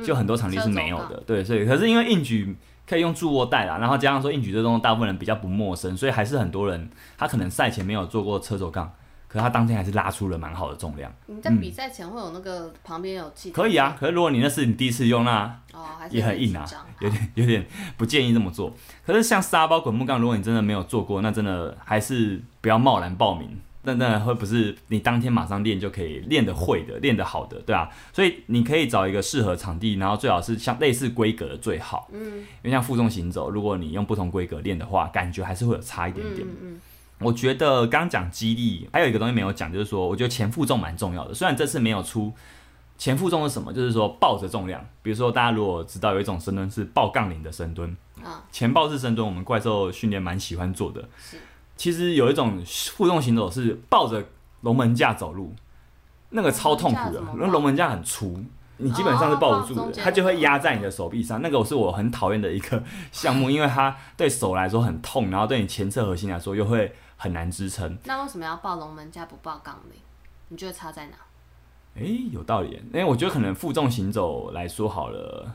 Speaker 1: 就很多场地是没有
Speaker 2: 嗯车走啊
Speaker 1: 的。对，所以可是因为硬举可以用助握带啦，然后加上说硬举这东西大部分人比较不陌生，所以还是很多人他可能赛前没有做过车轴杠，可是他当天还是拉出了蛮好的重量。
Speaker 2: 你在比赛前会有那个旁边有器
Speaker 1: 嗯
Speaker 2: 材
Speaker 1: 可以啊，可是如果你那是你第一次用，那
Speaker 2: 哦，还是
Speaker 1: 也很硬啊
Speaker 2: 紧张，
Speaker 1: 有点 <laughs> 有点不建议这么做。可是像沙包、滚木杠，如果你真的没有做过，那真的还是不要贸然报名。那那会不是你当天马上练就可以练得会的、练得好的，对啊。所以你可以找一个适合场地，然后最好是像类似规格的最好。嗯，因为像负重行走，如果你用不同规格练的话，感觉还是会有差一点点。
Speaker 2: 嗯嗯，
Speaker 1: 我觉得刚讲激励，还有一个东西没有讲，就是说，我觉得前负重蛮重要的。虽然这次没有出前负重是什么，就是说抱着重量。比如说，大家如果知道有一种深蹲是抱杠铃的深蹲，
Speaker 2: 嗯啊
Speaker 1: 前抱式深蹲，我们怪兽训练蛮喜欢做的。
Speaker 2: 是
Speaker 1: 其实有一种负重行走是抱着龙门架走路，那个超痛苦的
Speaker 2: 龙门架怎么，
Speaker 1: 那
Speaker 2: 抱
Speaker 1: 龙门架很粗，你基本上是抱不住
Speaker 2: 哦中
Speaker 1: 的，
Speaker 2: 间
Speaker 1: 它就会压在你的手臂上。那个是我很讨厌的一个项目，因为它对手来说很痛，然后对你前侧核心来说又会很难支撑。
Speaker 2: 那为什么要报龙门架不报杠铃？你觉得差在哪？
Speaker 1: 诶，有道理耶，因为我觉得可能负重行走来说好了，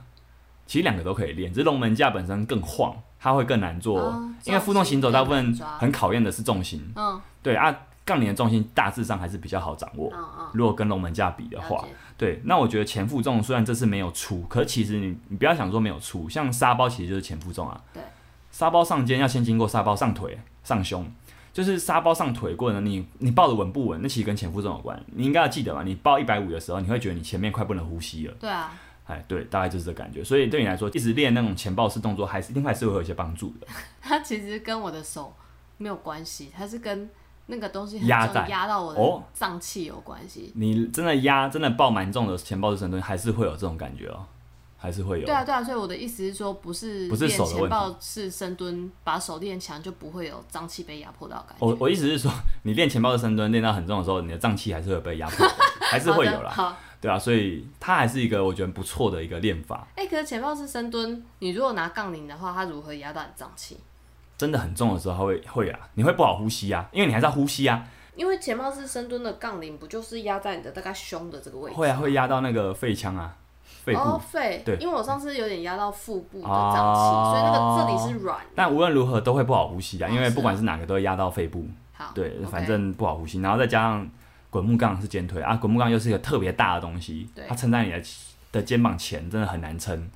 Speaker 1: 其实两个都可以练，只是龙门架本身更晃，它会更难做。
Speaker 2: 哦
Speaker 1: 因为负重行走大部分
Speaker 2: 重心更难抓
Speaker 1: 很考验的是重心，
Speaker 2: 嗯
Speaker 1: 对啊，杠铃的重心大致上还是比较好掌握。
Speaker 2: 嗯嗯，
Speaker 1: 如果跟龙门架比的
Speaker 2: 了
Speaker 1: 话，
Speaker 2: 解
Speaker 1: 对，那我觉得前负重虽然这次没有出，可其实你你不要想说没有出，像沙包其实就是前负重啊。
Speaker 2: 对，
Speaker 1: 沙包上肩要先经过沙包上腿、上胸，就是沙包上腿过程，你你抱的稳不稳，那其实跟前负重有关。你应该要记得嘛，你抱一百五的时候，你会觉得你前面快不能呼吸了，
Speaker 2: 对啊，
Speaker 1: 哎，对，大概就是这感觉。所以对你来说，一直练那种前抱式动作，还是一定还是会有一些帮助的。
Speaker 2: <laughs> 它其实跟我的手没有关系，它是跟那个东西很
Speaker 1: 压
Speaker 2: 重
Speaker 1: 在
Speaker 2: 压到我
Speaker 1: 哦
Speaker 2: 的脏器有关系。
Speaker 1: 你真的压，真的抱蛮重的前抱式深蹲，还是会有这种感觉哦，还是会有。
Speaker 2: 对啊，对啊，所以我的意思是说，不是
Speaker 1: 不是
Speaker 2: 练
Speaker 1: 手的问题
Speaker 2: 前抱式深蹲，把手练强就不会有脏器被压迫到的感觉。
Speaker 1: 我我意思是说，你练前抱式深蹲练到很重的时候，你的脏器还是会被压迫的，还是会有啦，
Speaker 2: 好的，好
Speaker 1: 对啊，所以它还是一个我觉得不错的一个练法，
Speaker 2: 哎、可是前抱式深蹲，你如果拿杠铃的话，它如何压到你脏器？
Speaker 1: 真的很重的时候它会会啊，你会不好呼吸啊，因为你还是要呼吸啊，
Speaker 2: 因为前抱式深蹲的杠铃不就是压在你的大概胸的这个位置？
Speaker 1: 会啊会压到那个肺腔啊，肺部。
Speaker 2: 哦，肺。
Speaker 1: 对
Speaker 2: 因为我上次有点压到腹部的
Speaker 1: 哦
Speaker 2: 脏器，所以那个这里是软。
Speaker 1: 但无论如何都会不好呼吸啊，
Speaker 2: 哦
Speaker 1: 因为
Speaker 2: 是啊
Speaker 1: 不管是哪个都会压到肺部，
Speaker 2: 好，
Speaker 1: 对
Speaker 2: OK
Speaker 1: 反正不好呼吸，然后再加上滚木杠是肩推啊，滚木杠又是一个特别大的东西
Speaker 2: 对，
Speaker 1: 它撑在你的的肩膀前真的很难撑，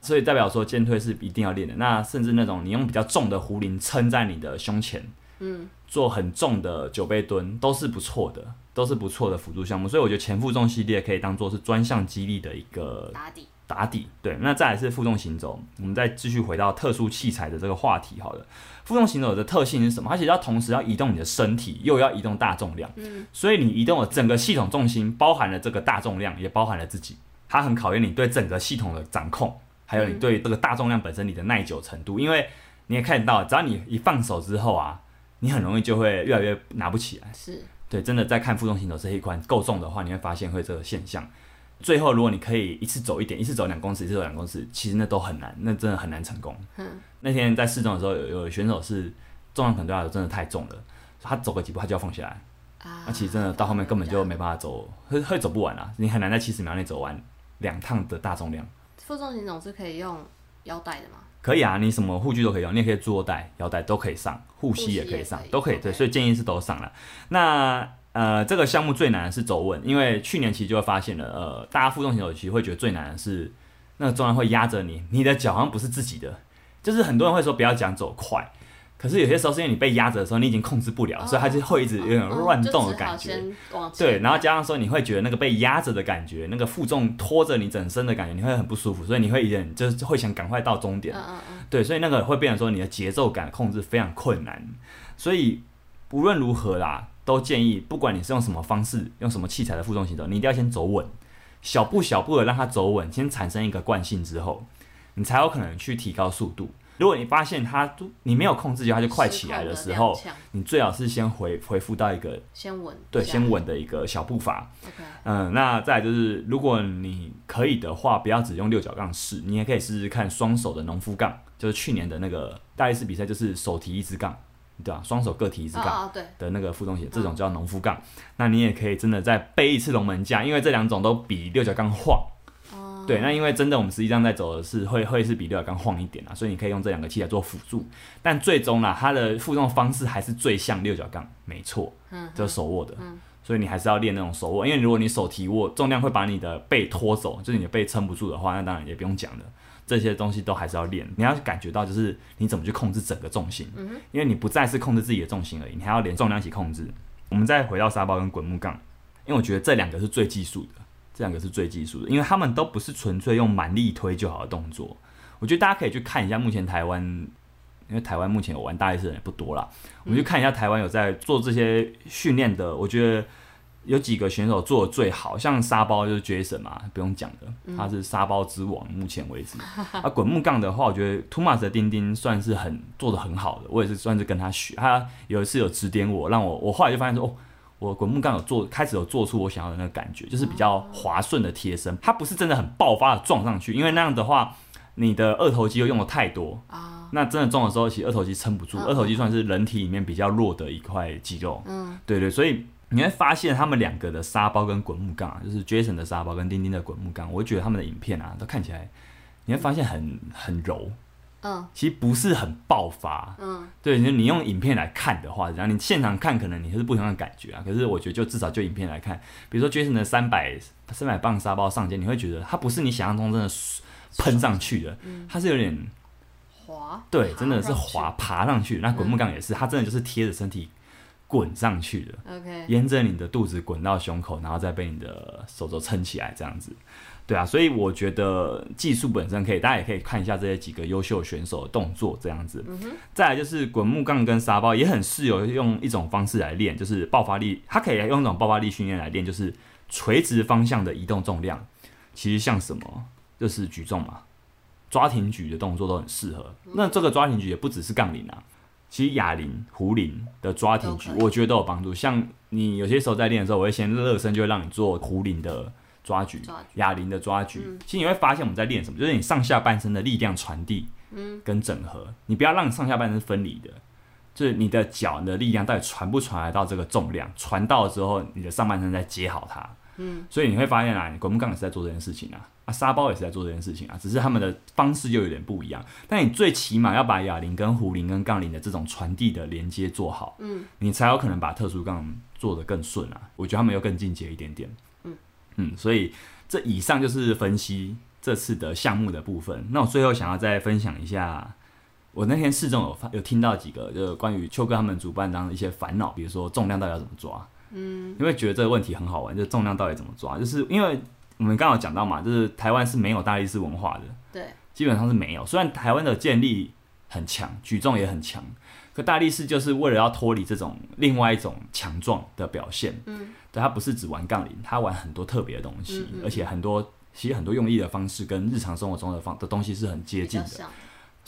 Speaker 1: 所以代表说肩推是一定要练的。那甚至那种你用比较重的壶铃撑在你的胸前，嗯，做很重的九倍蹲都是不错的，都是不错的辅助项目。所以我觉得前负重系列可以当做是专项肌力的一个
Speaker 2: 打底。
Speaker 1: 打底。对，那再来是负重行走，我们再继续回到特殊器材的这个话题好了。负重行走的特性是什么？它其实要同时要移动你的身体，又要移动大重量，嗯，所以你移动了整个系统重心，包含了这个大重量，也包含了自己，它很考验你对整个系统的掌控，还有你对这个大重量本身你的耐久程度，因为你也看到，只要你一放手之后啊。你很容易就会越来越拿不起来，
Speaker 2: 是，
Speaker 1: 对，真的在看负重行走这一款够重的话，你会发现会这个现象。最后，如果你可以一次走一点，一次走两公尺，一次走两公尺，其实那都很难，那真的很难成功。
Speaker 2: 嗯
Speaker 1: 那天在试重的时候，有有选手是重量可能对他来说真的太重了，他走个几步他就要放下来，
Speaker 2: 啊
Speaker 1: 那、其实真的到后面根本就没办法走，会会走不完啊，你很难在七十秒内走完两趟的大重量。
Speaker 2: 负重行走是可以用腰带的嘛？
Speaker 1: 可以啊，你什么护具都可以用，你也可以坐带、腰带都可以上，护膝也可以上
Speaker 2: 护膝也可以，
Speaker 1: 都可以。
Speaker 2: OK
Speaker 1: 对，所以建议是都上了。那呃，这个项目最难的是走稳，因为去年其实就会发现了，呃，大家负重行走其实会觉得最难的是那个重量会压着你，你的脚好像不是自己的，就是很多人会说不要讲走快。可是有些时候是因为你被压着的时候，你已经控制不了，所以它就会一直有点乱动的感觉。
Speaker 2: 嗯哦哦就只好先往前
Speaker 1: 对，然后加上说你会觉得那个被压着的感觉，那个负重拖着你整身的感觉，你会很不舒服，所以你会有点就是会想赶快到终点
Speaker 2: 嗯。嗯嗯，
Speaker 1: 对，所以那个会变成说你的节奏感控制非常困难，所以无论如何啦，都建议不管你是用什么方式、用什么器材的负重行走，你一定要先走稳，小步小步的让它走稳，先产生一个惯性之后，你才有可能去提高速度。如果你发现它都你没有控制住它就快起来的时候
Speaker 2: 失，控的踉跄
Speaker 1: 你最好是先回回复到一个
Speaker 2: 先稳
Speaker 1: 对
Speaker 2: 一下
Speaker 1: 先稳的一个小步伐，
Speaker 2: OK，
Speaker 1: 嗯，那再来就是，如果你可以的话，不要只用六角杠试，你也可以试试看双手的农夫杠，就是去年的那个大力士比赛，就是手提一支杠，对吧、双手各提一支
Speaker 2: 哦
Speaker 1: 杠
Speaker 2: 哦对，
Speaker 1: 的那个负重鞋，这种叫农夫杠。那你也可以真的再背一次龙门架，因为这两种都比六角杠晃。
Speaker 2: 哦
Speaker 1: 对，那因为真的我们实际上在走的是会会是比六角杠晃一点啊，所以你可以用这两个器材做辅助，但最终啦，它的负重方式还是最像六角杠，没错。
Speaker 2: 嗯
Speaker 1: 就是手握的，所以你还是要练那种手握，因为如果你手提握，重量会把你的背拖走，就是你的背撑不住的话，那当然也不用讲了。这些东西都还是要练，你要感觉到就是你怎么去控制整个重心，
Speaker 2: 嗯
Speaker 1: 因为你不再是控制自己的重心而已，你还要连重量一起控制。我们再回到沙包跟滚木杠，因为我觉得这两个是最技术的，这两个是最技术的，因为他们都不是纯粹用蛮力推就好的动作。我觉得大家可以去看一下，目前台湾，因为台湾目前有玩大力士的人也不多啦，我们去看一下台湾有在做这些训练的，我觉得有几个选手做的最好，像沙包就是 Jason 嘛，不用讲的，他是沙包之王，目前为止。 <laughs> 啊，滚木杠的话，我觉得 t o m a s 的丁丁算是很做的很好的，我也是算是跟他学，他有一次有指点我，让我我后来就发现说，哦，我滚木杠有做开始有做出我想要的那个感觉，就是比较滑顺的贴身，它不是真的很爆发的撞上去，因为那样的话，你的二头肌又用的太多，
Speaker 2: 啊
Speaker 1: 那真的中的时候，其实二头肌撑不住，
Speaker 2: 嗯
Speaker 1: 二头肌算是人体里面比较弱的一块肌肉。
Speaker 2: 嗯，
Speaker 1: 对对，所以你会发现他们两个的沙包跟滚木杠、啊，就是 Jason 的沙包跟丁丁的滚木杠，我觉得他们的影片啊，都看起来你会发现很很柔，
Speaker 2: 嗯
Speaker 1: 其实不是很爆发。
Speaker 2: 嗯
Speaker 1: 对，你你用影片来看的话，然后你现场看，可能你是不同的感觉啊。可是我觉得，就至少就影片来看，比如说 Jason 的三百三百磅沙包上肩，你会觉得它不是你想象中真的喷上去的，
Speaker 2: 嗯
Speaker 1: 它是有点
Speaker 2: 滑
Speaker 1: 对，
Speaker 2: 爬
Speaker 1: 真的是
Speaker 2: 上嗯
Speaker 1: 滑爬上去。那滚木杠也是，它真的就是贴着身体滚上去的，
Speaker 2: 去 OK
Speaker 1: 沿着你的肚子滚到胸口，然后再被你的手肘撑起来这样子。对啊，所以我觉得技术本身可以，大家也可以看一下这些几个优秀选手的动作这样子。
Speaker 2: 嗯
Speaker 1: 再来就是滚木杠跟沙包也很适合用一种方式来练，就是爆发力，它可以用一种爆发力训练来练，就是垂直方向的移动重量。其实像什么，就是举重嘛，抓挺举的动作都很适合。
Speaker 2: 嗯
Speaker 1: 那这个抓挺举也不只是杠铃啊，其实哑铃、壶铃的抓挺举
Speaker 2: 都，可以
Speaker 1: 我觉得都有帮助。像你有些时候在练的时候，我会先热身，就会让你做壶铃的抓举
Speaker 2: 抓举、嗯
Speaker 1: 哑铃的抓举。其实你会发现我们在练什么，就是你上下半身的力量传递，
Speaker 2: 嗯
Speaker 1: 跟整合。你不要让上下半身分离的，就是你的脚你的力量到底传不传来到这个重量，传到之后，你的上半身再接好它。所以你会发现啊，你滚木杠也是在做这件事情啊，啊沙包也是在做这件事情啊，只是他们的方式又有点不一样。但你最起码要把哑铃跟壶铃跟杠铃的这种传递的连接做好，嗯，你才有可能把特殊杠做得更顺啊。我觉得他们又更进阶一点点，嗯嗯，所以这以上就是分析这次的项目的部分。那我最后想要再分享一下。我那天试中有发有听到几个，就是关于秋哥他们主办当的一些烦恼，比如说重量到底要怎么抓，你会觉得这个问题很好玩，就是重量到底怎么抓？就是因为我们刚好讲到嘛，就是台湾是没有大力士文化的，
Speaker 2: 对
Speaker 1: 基本上是没有。虽然台湾的建立很强，举重也很强，可大力士就是为了要脱离这种另外一种强壮的表现，嗯，对，他不是只玩杠铃，他玩很多特别的东西，
Speaker 2: 嗯嗯嗯
Speaker 1: 而且很多其实很多用力的方式跟日常生活中的方的东西是很接
Speaker 2: 比
Speaker 1: 近
Speaker 2: 较
Speaker 1: 的。
Speaker 2: 像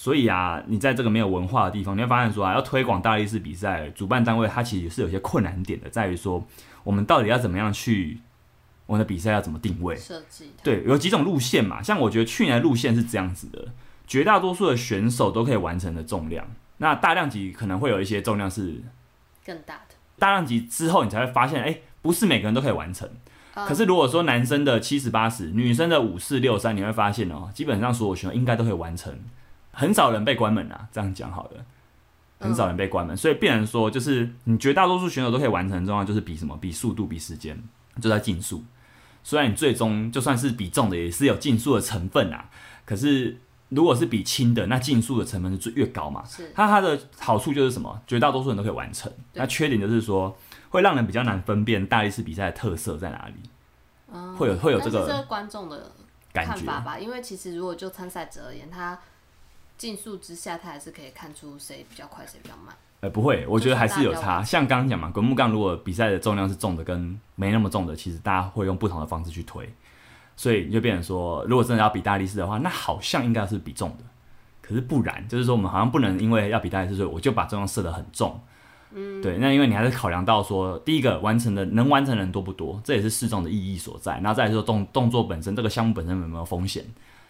Speaker 1: 所以啊，你在这个没有文化的地方，你会发现说啊，要推广大力士比赛，主办单位它其实是有些困难点的，在于说我们到底要怎么样去我们的比赛要怎么定位？
Speaker 2: 设计它
Speaker 1: 对，有几种路线嘛，像我觉得去年的路线是这样子的，绝大多数的选手都可以完成的重量，那大量级可能会有一些重量是
Speaker 2: 更大的，
Speaker 1: 大量级之后，你才会发现，哎、不是每个人都可以完成。
Speaker 2: 啊
Speaker 1: 可是如果说男生的七十八十，女生的五四六三，你会发现哦，基本上所有选手应该都可以完成，很少人被关门啊。这样讲好了，很少人被关门，所以变成说，就是你绝大多数选手都可以完成的重要，就是比什么？比速度，比时间，就在竞速。虽然你最终就算是比重的，也是有竞速的成分啊。可是如果是比轻的，那竞速的成分是最越高嘛。
Speaker 2: 是
Speaker 1: 它它的好处就是什么？绝大多数人都可以完成。
Speaker 2: 对
Speaker 1: 那缺点就是说，会让人比较难分辨大力士比赛的特色在哪里，
Speaker 2: 嗯
Speaker 1: 会有会有
Speaker 2: 但
Speaker 1: 这
Speaker 2: 是这
Speaker 1: 个
Speaker 2: 个观众的
Speaker 1: 感
Speaker 2: 看
Speaker 1: 觉。
Speaker 2: 法吧，因为其实如果就参赛者而言，他竞速之下，他还是可以看出谁比较快，谁比较慢。
Speaker 1: 呃，不会，我觉得还是有
Speaker 2: 就是大
Speaker 1: 差。像刚刚讲嘛，滚木杠如果比赛的重量是重的跟没那么重的，其实大家会用不同的方式去推，所以你就变成说，如果真的要比大力士的话，那好像应该是比重的，可是不然，就是说我们好像不能因为要比大力士，所以我就把重量设得很重。嗯，对，那因为你还是考量到说，第一个完成的能完成的人多不多，这也是试重的意义所在。然后再来说动动作本身，这个项目本身有没有风险，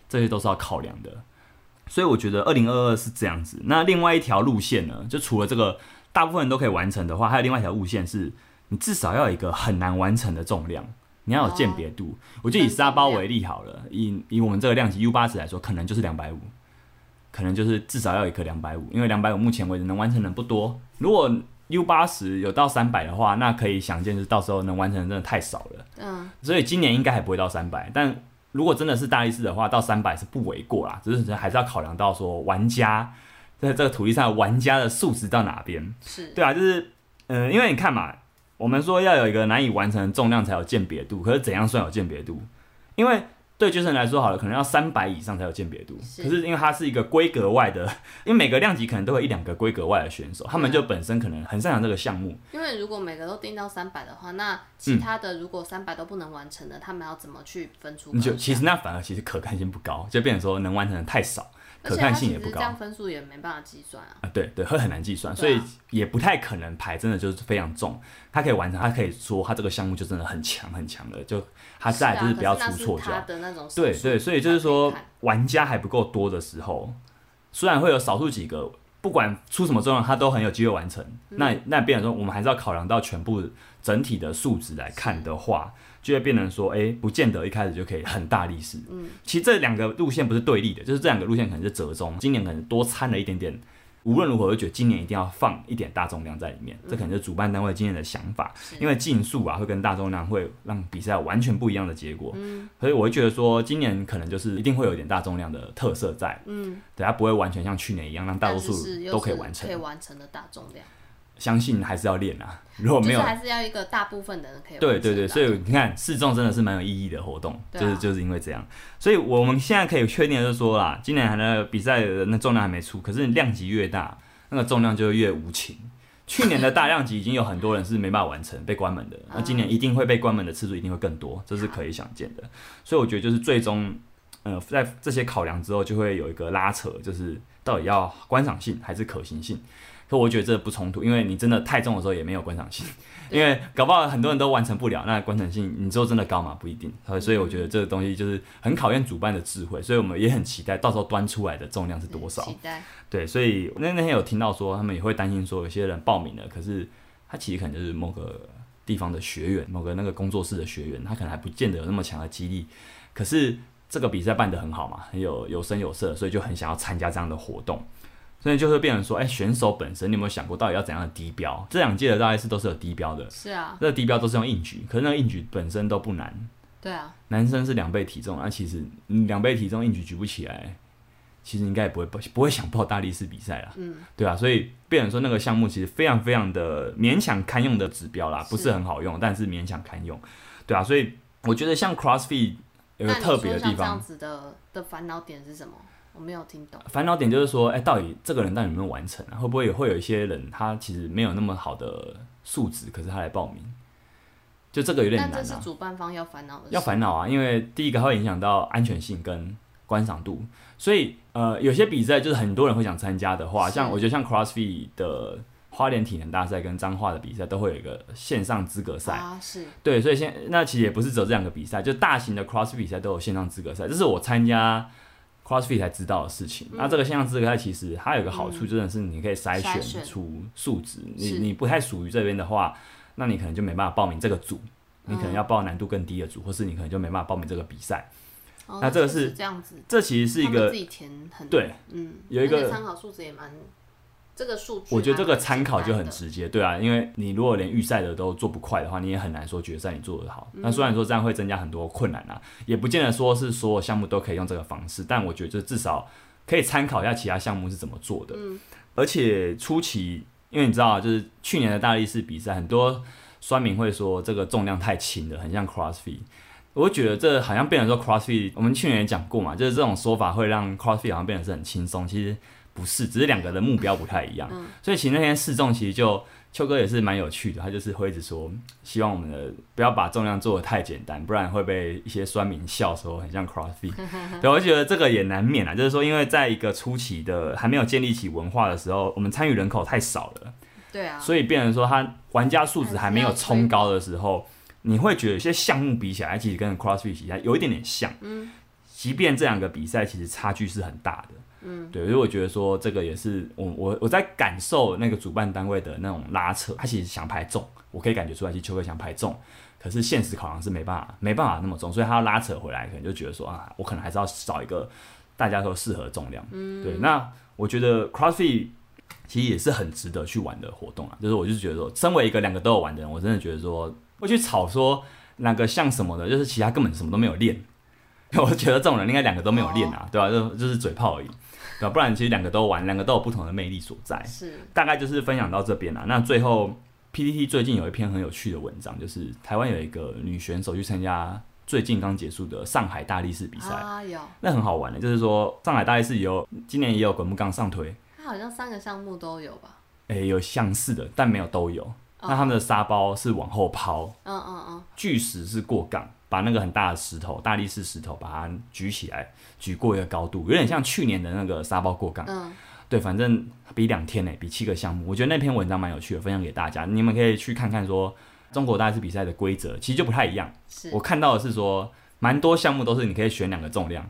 Speaker 1: 这些都是要考量的。所以我觉得二零二二是这样子。那另外一条路线呢，就除了这个大部分人都可以完成的话，还有另外一条路线是，你至少要有一个很难完成的重量，你要有鉴别度。我就以沙包为例好了，以以我们这个量级 U 八十来说，可能就是两百五，可能就是至少要有一个两百五，因为两百五目前为止能完成的不多。如果 U 八十有到三百的话，那可以想见，就是到时候能完成的真的太少了。
Speaker 2: 嗯，
Speaker 1: 所以今年应该还不会到三百，但如果真的是大力士的话，到三百是不为过啦，只是还是要考量到说玩家在这个土地上玩家的素质到哪边。
Speaker 2: 是
Speaker 1: 对啊，就是嗯、呃因为你看嘛，我们说要有一个难以完成的重量才有鉴别度，可是怎样算有鉴别度？因为对 Jason 来说好了，可能要三百以上才有鉴别度，
Speaker 2: 是
Speaker 1: 可是因为它是一个规格外的， <laughs> 因为每个量级可能都会一两个规格外的选
Speaker 2: 啊
Speaker 1: 手，他们就本身可能很擅长这个项目，
Speaker 2: 因为如果每个都定到三百的话，那其他的如果三百都不能完成的，他们要怎么去分啊出
Speaker 1: 你
Speaker 2: 高下？
Speaker 1: 就其实那反而其实可看性不高，就变成说能完成的太少，
Speaker 2: 而
Speaker 1: 可
Speaker 2: 且他
Speaker 1: 看
Speaker 2: 其
Speaker 1: 性
Speaker 2: 实
Speaker 1: 也不
Speaker 2: 这
Speaker 1: 高
Speaker 2: 样
Speaker 1: 啊、
Speaker 2: 分数也没办法计算啊。
Speaker 1: 对对，会很难计算，所
Speaker 2: 对啊
Speaker 1: 以也不太可能牌真的就是非常重，他可以完成，他可以说他这个项目就真的很强很强了，就他再来就是不要出错
Speaker 2: 是啊可
Speaker 1: 就好
Speaker 2: 是那是他。的那种
Speaker 1: 对
Speaker 2: 手术
Speaker 1: 对，所以就是说
Speaker 2: 才可以看
Speaker 1: 玩家还不够多的时候，虽然会有少数几个不不管出什么状况，他都很有机会完成。
Speaker 2: 嗯
Speaker 1: 那那变成说，我们还是要考量到全部整体的数值来看的话，就会变成说，哎、不见得一开始就可以很大力士。嗯，其实这两个路线不是对立的，就是这两个路线可能是折中，今年可能多掺了一点点。无论如何，我就觉得今年一定要放一点大重量在里面，
Speaker 2: 嗯
Speaker 1: 这可能是主办单位今年的想法，因为竞速啊会跟大重量会让比赛有完全不一样的结果，
Speaker 2: 嗯
Speaker 1: 所以我会觉得说今年可能就是一定会有一点大重量的特色在，
Speaker 2: 嗯，
Speaker 1: 对，它不会完全像去年一样让大多数
Speaker 2: 但是是又
Speaker 1: 都可以
Speaker 2: 是
Speaker 1: 完成
Speaker 2: 可以，完成的大重量，
Speaker 1: 相信还是要练啊，如果
Speaker 2: 就
Speaker 1: 没
Speaker 2: 是
Speaker 1: 有。
Speaker 2: 还是要一个大部分的人可以完成
Speaker 1: 对
Speaker 2: 的。
Speaker 1: 对对，所以你看试重真的是蛮有意义的活动，
Speaker 2: 对啊
Speaker 1: 就是就是因为这样，所以我们现在可以确定的就是说啦，今年还的比赛的那重量还没出，可是你量级越大，那个重量就越无情。去年的大量级已经有很多人是没办法完成被关门的，那今
Speaker 2: 啊
Speaker 1: 年一定会被关门的次数一定会更多，这是可以想见的。所以我觉得就是最终，呃，在这些考量之后，就会有一个拉扯，就是到底要观赏性还是可行性。可我觉得这不冲突，因为你真的太重的时候也没有观赏性， <laughs> 因为搞不好很多人都完成不了，那观赏性你说真的高嘛？不一定。呃所以我觉得这个东西就是很考验主办的智慧，所以我们也很期待到时候端出来的重量是多少。
Speaker 2: 嗯期待
Speaker 1: 对，所以那那天有听到说，他们也会担心说，有些人报名了，可是他其实可能就是某个地方的学员，某个那个工作室的学员，他可能还不见得有那么强的激励，可是这个比赛办得很好嘛，很有有声有色，所以就很想要参加这样的活动。所以就会变成说，哎、选手本身，你有没有想过到底要怎样的低标？这两届的大概是都是有低标的，
Speaker 2: 是啊，
Speaker 1: 那个低标都是用硬举，可是那个硬举本身都不难，
Speaker 2: 对啊，
Speaker 1: 男生是两倍体重，那、其实你两倍体重硬举举不起来，其实应该也不会报不会想报大力士比赛啦，
Speaker 2: 嗯，
Speaker 1: 对啊，所以变成说那个项目其实非常非常的勉强堪用的指标啦，
Speaker 2: 是
Speaker 1: 不是很好用，但是勉强堪用，对啊，所以我觉得像 CrossFit 有个
Speaker 2: 那你
Speaker 1: 特
Speaker 2: 说
Speaker 1: 别的
Speaker 2: 像
Speaker 1: 地
Speaker 2: 这样
Speaker 1: 方，
Speaker 2: 子的的烦恼点是什么？我没有听懂。
Speaker 1: 烦恼点就是说，哎、到底这个人到底有没有完成啊？会不会也会有一些人他其实没有那么好的素质，可是他来报名，就这个有点
Speaker 2: 但
Speaker 1: 难
Speaker 2: 这
Speaker 1: 啊。
Speaker 2: 是主办方要烦恼的事。
Speaker 1: 要烦恼啊，因为第一个它会影响到安全性跟观赏度，所以呃，有些比赛就是很多人会想参加的话，
Speaker 2: 是
Speaker 1: 像我觉得像 CrossFit 的花莲体能大赛跟彰化的比赛都会有一个线上资格赛，
Speaker 2: 啊，是
Speaker 1: 对，所以现那其实也不是只有这两个比赛，就大型的 CrossFit 比赛都有线上资格赛，这是我参加 CrossFit 才知道的事情。那、这个线上资格赛其实它有个好处，真的是你可以筛
Speaker 2: 嗯筛
Speaker 1: 选
Speaker 2: 选
Speaker 1: 出数值，你
Speaker 2: 是
Speaker 1: 你不太属于这边的话，那你可能就没办法报名这个组，你
Speaker 2: 嗯
Speaker 1: 可能要报难度更低的组，或是你可能就没办法报名这个比赛。
Speaker 2: 哦
Speaker 1: 那这个
Speaker 2: 就是这样子，
Speaker 1: 这其实是一
Speaker 2: 他们
Speaker 1: 个
Speaker 2: 自己填很，
Speaker 1: 对，
Speaker 2: 嗯，
Speaker 1: 有一个
Speaker 2: 而且参考数值也蛮，这个数据
Speaker 1: 我觉得这个
Speaker 2: 还蛮
Speaker 1: 参考就很
Speaker 2: 简单的
Speaker 1: 直接，对啊，因为你如果连预赛的都做不快的话，你也很难说决赛你做得
Speaker 2: 嗯
Speaker 1: 好。那虽然说这样会增加很多困难啊，也不见得说是所有项目都可以用这个方式，但我觉得就至少可以参考一下其他项目是怎么做的。
Speaker 2: 嗯
Speaker 1: 而且初期，因为你知道啊，就是去年的大力士比赛，很多酸民会说这个重量太轻了，很像 CrossFit。我觉得这好像变成说 CrossFit，我们去年也讲过嘛，就是这种说法会让 CrossFit 好像变得是很轻松，其实不是，只是两个人的目标不太一
Speaker 2: 嗯
Speaker 1: 样。所以其实那天试重其实就秋哥也是蛮有趣的，他就是会一直说，希望我们的不要把重量做的太简单，不然会被一些酸民笑说很像 CrossFit。对，我就觉得这个也难免啊，就是说，因为在一个初期的还没有建立起文化的时候，我们参与人口太少了，
Speaker 2: 对啊，
Speaker 1: 所以变成说，他玩家素质还没有冲高的时候，你会觉得有些项目比起来，其实跟 CrossFit 比起来有一点点像，嗯，即便这两个比赛其实差距是很大的，嗯，对，所以我觉得说这个也是我我我在感受那个主办单位的那种拉扯，他其实想排重，我可以感觉出来，其实邱哥想排重。可是现实考量是没办法，没办法那么重，所以他要拉扯回来，可能就觉得说啊，我可能还是要找一个大家都适合的重量。嗯，对。那我觉得 CrossFit 其实也是很值得去玩的活动啊。就是我就是觉得说，身为一个两个都有玩的人，我真的觉得说，会去吵说哪个像什么的，就是其他根本什么都没有练。 <laughs> 我觉得这种人应该两个都没有练啊，对吧、就就是嘴炮而已，对吧、不然其实两个都玩，两个都有不同的魅力所在。
Speaker 2: 是
Speaker 1: 大概就是分享到这边啦。啊那最后，PTT 最近有一篇很有趣的文章，就是台湾有一个女选手去参加最近刚结束的上海大力士比赛，
Speaker 2: 啊有，
Speaker 1: 那很好玩的，就是说上海大力士有今年也有滚木杠上推，
Speaker 2: 他好像三个项目都有吧？
Speaker 1: 诶、有相似的，但没有都有。
Speaker 2: 哦
Speaker 1: 那啊他们的沙包是往后抛，
Speaker 2: 嗯嗯嗯，
Speaker 1: 巨石是过杠，把那个很大的石头，大力士石头把它举起来，举过一个高度，有点像去年的那个沙包过杠。
Speaker 2: 嗯，
Speaker 1: 对，反正比两天呢，比七个项目，我觉得那篇文章蛮有趣的，分享给大家，你们可以去看看说中国大力士比赛的规则其实就不太一样。
Speaker 2: 是
Speaker 1: 我看到的是说，蛮多项目都是你可以选两个重量，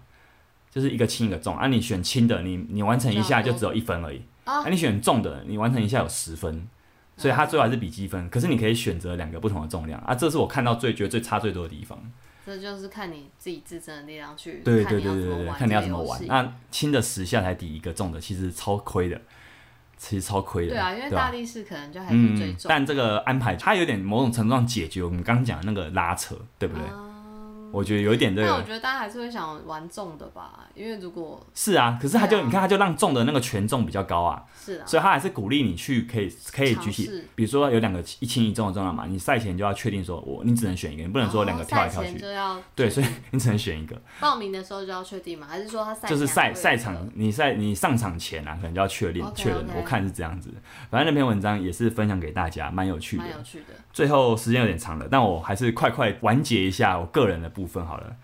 Speaker 1: 就是一个轻一个重，啊，你选轻的，你你完成一下
Speaker 2: 比
Speaker 1: 就
Speaker 2: 较多
Speaker 1: 只有一分而已。啊
Speaker 2: 嗯哦
Speaker 1: 那你选重的，你完成一下有十分，所以它最后还是比积
Speaker 2: 嗯
Speaker 1: 分。可是你可以选择两个不同的重量啊，这是我看到最觉得最差最多的地方。
Speaker 2: 这就是看你自己自身的力量去
Speaker 1: 对
Speaker 2: 看
Speaker 1: 对
Speaker 2: 你
Speaker 1: 对
Speaker 2: 要
Speaker 1: 对
Speaker 2: 怎么
Speaker 1: 对对，
Speaker 2: 玩
Speaker 1: 看你要
Speaker 2: 这
Speaker 1: 怎
Speaker 2: 个
Speaker 1: 么
Speaker 2: 游
Speaker 1: 玩。
Speaker 2: 戏
Speaker 1: 那轻的十下才抵一个重的，其实超亏的，其实超亏的。
Speaker 2: 对啊，因为
Speaker 1: 吧
Speaker 2: 大力士可能就还是最
Speaker 1: 嗯，
Speaker 2: 重，
Speaker 1: 但这个安排它有点某种程度上解决我们刚刚讲的那个拉扯，对不对？我觉得有一点这
Speaker 2: 哦但我
Speaker 1: 个
Speaker 2: 觉得大家还是会想玩重的吧，因为如果
Speaker 1: 是啊，可是他就、
Speaker 2: 对啊
Speaker 1: 你看他就让重的那个权重比较高啊，
Speaker 2: 是啊，
Speaker 1: 所以他还是鼓励你去可以可以举
Speaker 2: 尝试
Speaker 1: 起，比如说有两个一轻一重的重量嘛，你赛前就要确定说我你只能选一个，你不能说两个跳来跳
Speaker 2: 哦然后赛前
Speaker 1: 去，
Speaker 2: 就要
Speaker 1: 对，所以你只能选一个，
Speaker 2: 报名的时候就要确定嘛，还是说他赛
Speaker 1: 就是赛
Speaker 2: 前还会
Speaker 1: 赛
Speaker 2: 有
Speaker 1: 场你赛你上场前啊，可能就要确认
Speaker 2: OK，
Speaker 1: 确认
Speaker 2: OK，
Speaker 1: 我看是这样子。反正那篇文章也是分享给大家，蛮有趣的
Speaker 2: 蛮。有趣的。
Speaker 1: 最后时间有点长了，但我还是快快完结一下我个人的部分好了。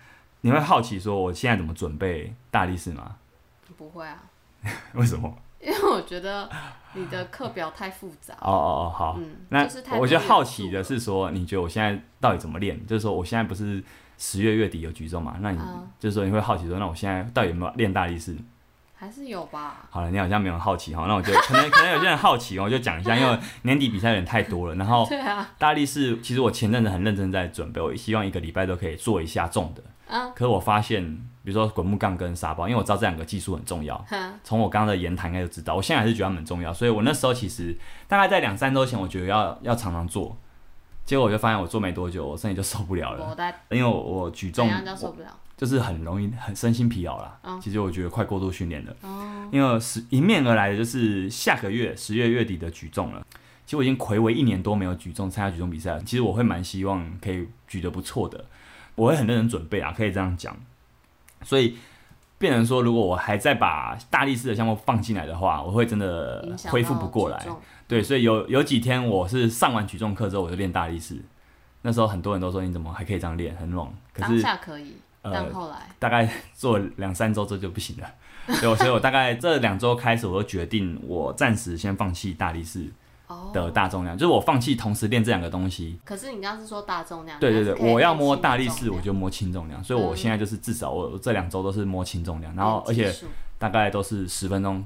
Speaker 1: 你会好奇说我现在怎么准备大力士吗？
Speaker 2: 不会啊， <laughs>
Speaker 1: 为什么？
Speaker 2: 因为我觉得你的课表太复杂。
Speaker 1: 哦哦哦，好。
Speaker 2: 嗯，
Speaker 1: 那
Speaker 2: 就是太
Speaker 1: 我觉得
Speaker 2: 多元
Speaker 1: 好奇
Speaker 2: 素
Speaker 1: 的
Speaker 2: 了，
Speaker 1: 是说，你觉得我现在到底怎么练？就是说我现在不是十月月底有举重嘛？那你、
Speaker 2: 嗯
Speaker 1: 就是说你会好奇说，那我现在到底有没有练大力士？
Speaker 2: 还是有吧？
Speaker 1: 好了，你好像没有好奇哈，那我就可能可能有些 <laughs> 人好奇哦，我就讲一下，因为年底比赛有点太多了。然后
Speaker 2: <laughs> 对啊，
Speaker 1: 大力士，其实我前阵子很认真在准备，我希望一个礼拜都可以做一下重的。
Speaker 2: 啊，
Speaker 1: 可是我发现，比如说滚木杠跟沙包，因为我知道这两个技术很重要，
Speaker 2: 哈，
Speaker 1: 从我刚刚的言谈应该就知道，我现在还是觉得它们很重要。所以我那时候其实大概在两三周前，我觉得要要常常做，结果我就发现我做没多久，我身体就受不了了
Speaker 2: 我，在
Speaker 1: 因为我我举
Speaker 2: 怎
Speaker 1: 重
Speaker 2: 样叫受不了？
Speaker 1: 就是很容易很身心疲劳啦。
Speaker 2: 嗯
Speaker 1: 其实我觉得快过度训练了，
Speaker 2: 哦，
Speaker 1: 因为十迎面而来的就是下个月十月月底的举重了。其实我已经暌违一年多没有举重参加举重比赛了，其实我会蛮希望可以举得不错的，我会很认真准备啊，可以这样讲。所以变成说，如果我还再把大力士的项目放进来的话，我会真的
Speaker 2: 影响
Speaker 1: 呃恢复
Speaker 2: 到
Speaker 1: 不过来
Speaker 2: 体。重
Speaker 1: 对，所以有有几天我是上完举重课之后，我就练大力士。那时候很多人都说你怎么还可以这样练，很猛。可
Speaker 2: 当
Speaker 1: 是
Speaker 2: 下可以，
Speaker 1: 呃
Speaker 2: 但后来
Speaker 1: 大概做两三周这就不
Speaker 2: <laughs>
Speaker 1: 行了，对，我所以我大概这两周开始，我就决定我暂时先放弃大力士
Speaker 2: 哦，
Speaker 1: 的大重量，就是我放弃同时练这两个东西。
Speaker 2: 可是你刚刚是说大重量，
Speaker 1: 对
Speaker 2: 你
Speaker 1: 对
Speaker 2: 还是
Speaker 1: 对，
Speaker 2: 可以
Speaker 1: 我要
Speaker 2: 练
Speaker 1: 摸
Speaker 2: 轻
Speaker 1: 大力
Speaker 2: 重
Speaker 1: 士，我
Speaker 2: 量
Speaker 1: 就摸轻重量，所以我
Speaker 2: 嗯
Speaker 1: 现在就是至少我我这两周都是摸轻重量，然后而
Speaker 2: 练
Speaker 1: 且
Speaker 2: 技术
Speaker 1: 大概都是十分钟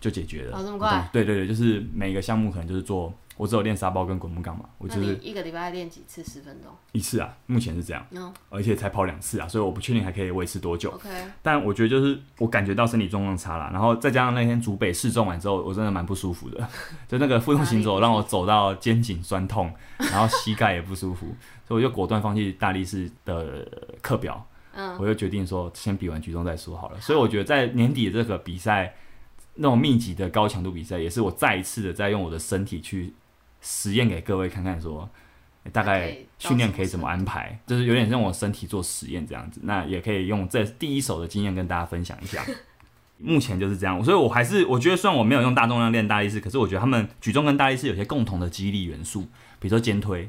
Speaker 1: 就解决了。
Speaker 2: 哦这么快
Speaker 1: 对对对，就是每个项目可能就是做，我只有练沙包跟滚木杠嘛，我
Speaker 2: 那
Speaker 1: 就
Speaker 2: 你
Speaker 1: 是
Speaker 2: 一个礼拜练几次十分钟？
Speaker 1: 一次啊，目前是这样，
Speaker 2: 嗯
Speaker 1: 而且才跑两次啊，所以我不确定还可以维持多久。
Speaker 2: ，OK，
Speaker 1: 但我觉得就是我感觉到身体状况差了，然后再加上那天竹北试重完之后，我真的蛮不舒服的， <laughs> 就那个负重行走让我走到肩颈酸痛，然后膝盖也不舒服，所以我就果断放弃大力士的课表，
Speaker 2: 嗯，
Speaker 1: 我就决定说先比完举重再说好了。所以我觉得在年底的这个比赛，那种密集的高强度比赛，也是我再一次的在用我的身体去实验给各位看看说。诶大
Speaker 2: 还可
Speaker 1: 概
Speaker 2: 以到
Speaker 1: 训练
Speaker 2: 什么
Speaker 1: 可以怎么
Speaker 2: 程
Speaker 1: 安排，就是有点让我身体做实验这样子。那也可以用这第一手的经验跟大家分享一下。 <laughs> 目前就是这样，所以我还是我觉得，虽然我没有用大重量练大力士，可是我觉得他们举重跟大力士有些共同的激励元素，比如说肩推。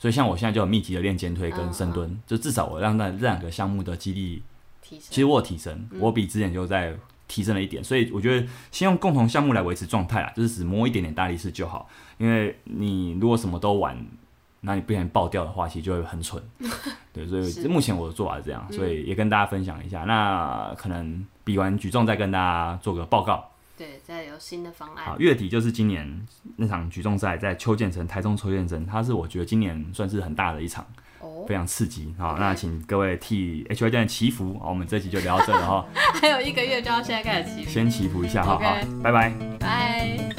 Speaker 1: 所以像我现在就很密集的练肩推
Speaker 2: 嗯
Speaker 1: 跟深蹲，就至少我让那这两个项目的激励，
Speaker 2: 提升
Speaker 1: 其实我有提升，
Speaker 2: 嗯
Speaker 1: 我比之前就在提升了一点。所以我觉得先用共同项目来维持状态啦，就是只摸一点点大力士就好，因为你如果什么都玩，那你不小心爆掉的话，其实就会很
Speaker 2: <laughs>
Speaker 1: 蠢。对，所以
Speaker 2: 是
Speaker 1: 目前我的做法是这样，
Speaker 2: 嗯
Speaker 1: 所以也跟大家分享一下。那可能比完举重再跟大家做个报告。
Speaker 2: 对，再有新的方案
Speaker 1: 好，，月底就是今年那场举重赛，在邱建成台中邱建成，他是我觉得今年算是很大的一场，
Speaker 2: 哦， <laughs>
Speaker 1: 非常刺激。好，
Speaker 2: OK
Speaker 1: 那请各位替 H Y 教练祈福。好，我们这期就聊到这了哈， <laughs>
Speaker 2: 还有一个月就要现在开始起步，
Speaker 1: 先祈福一下哈。好
Speaker 2: OK，
Speaker 1: 拜拜。
Speaker 2: 拜。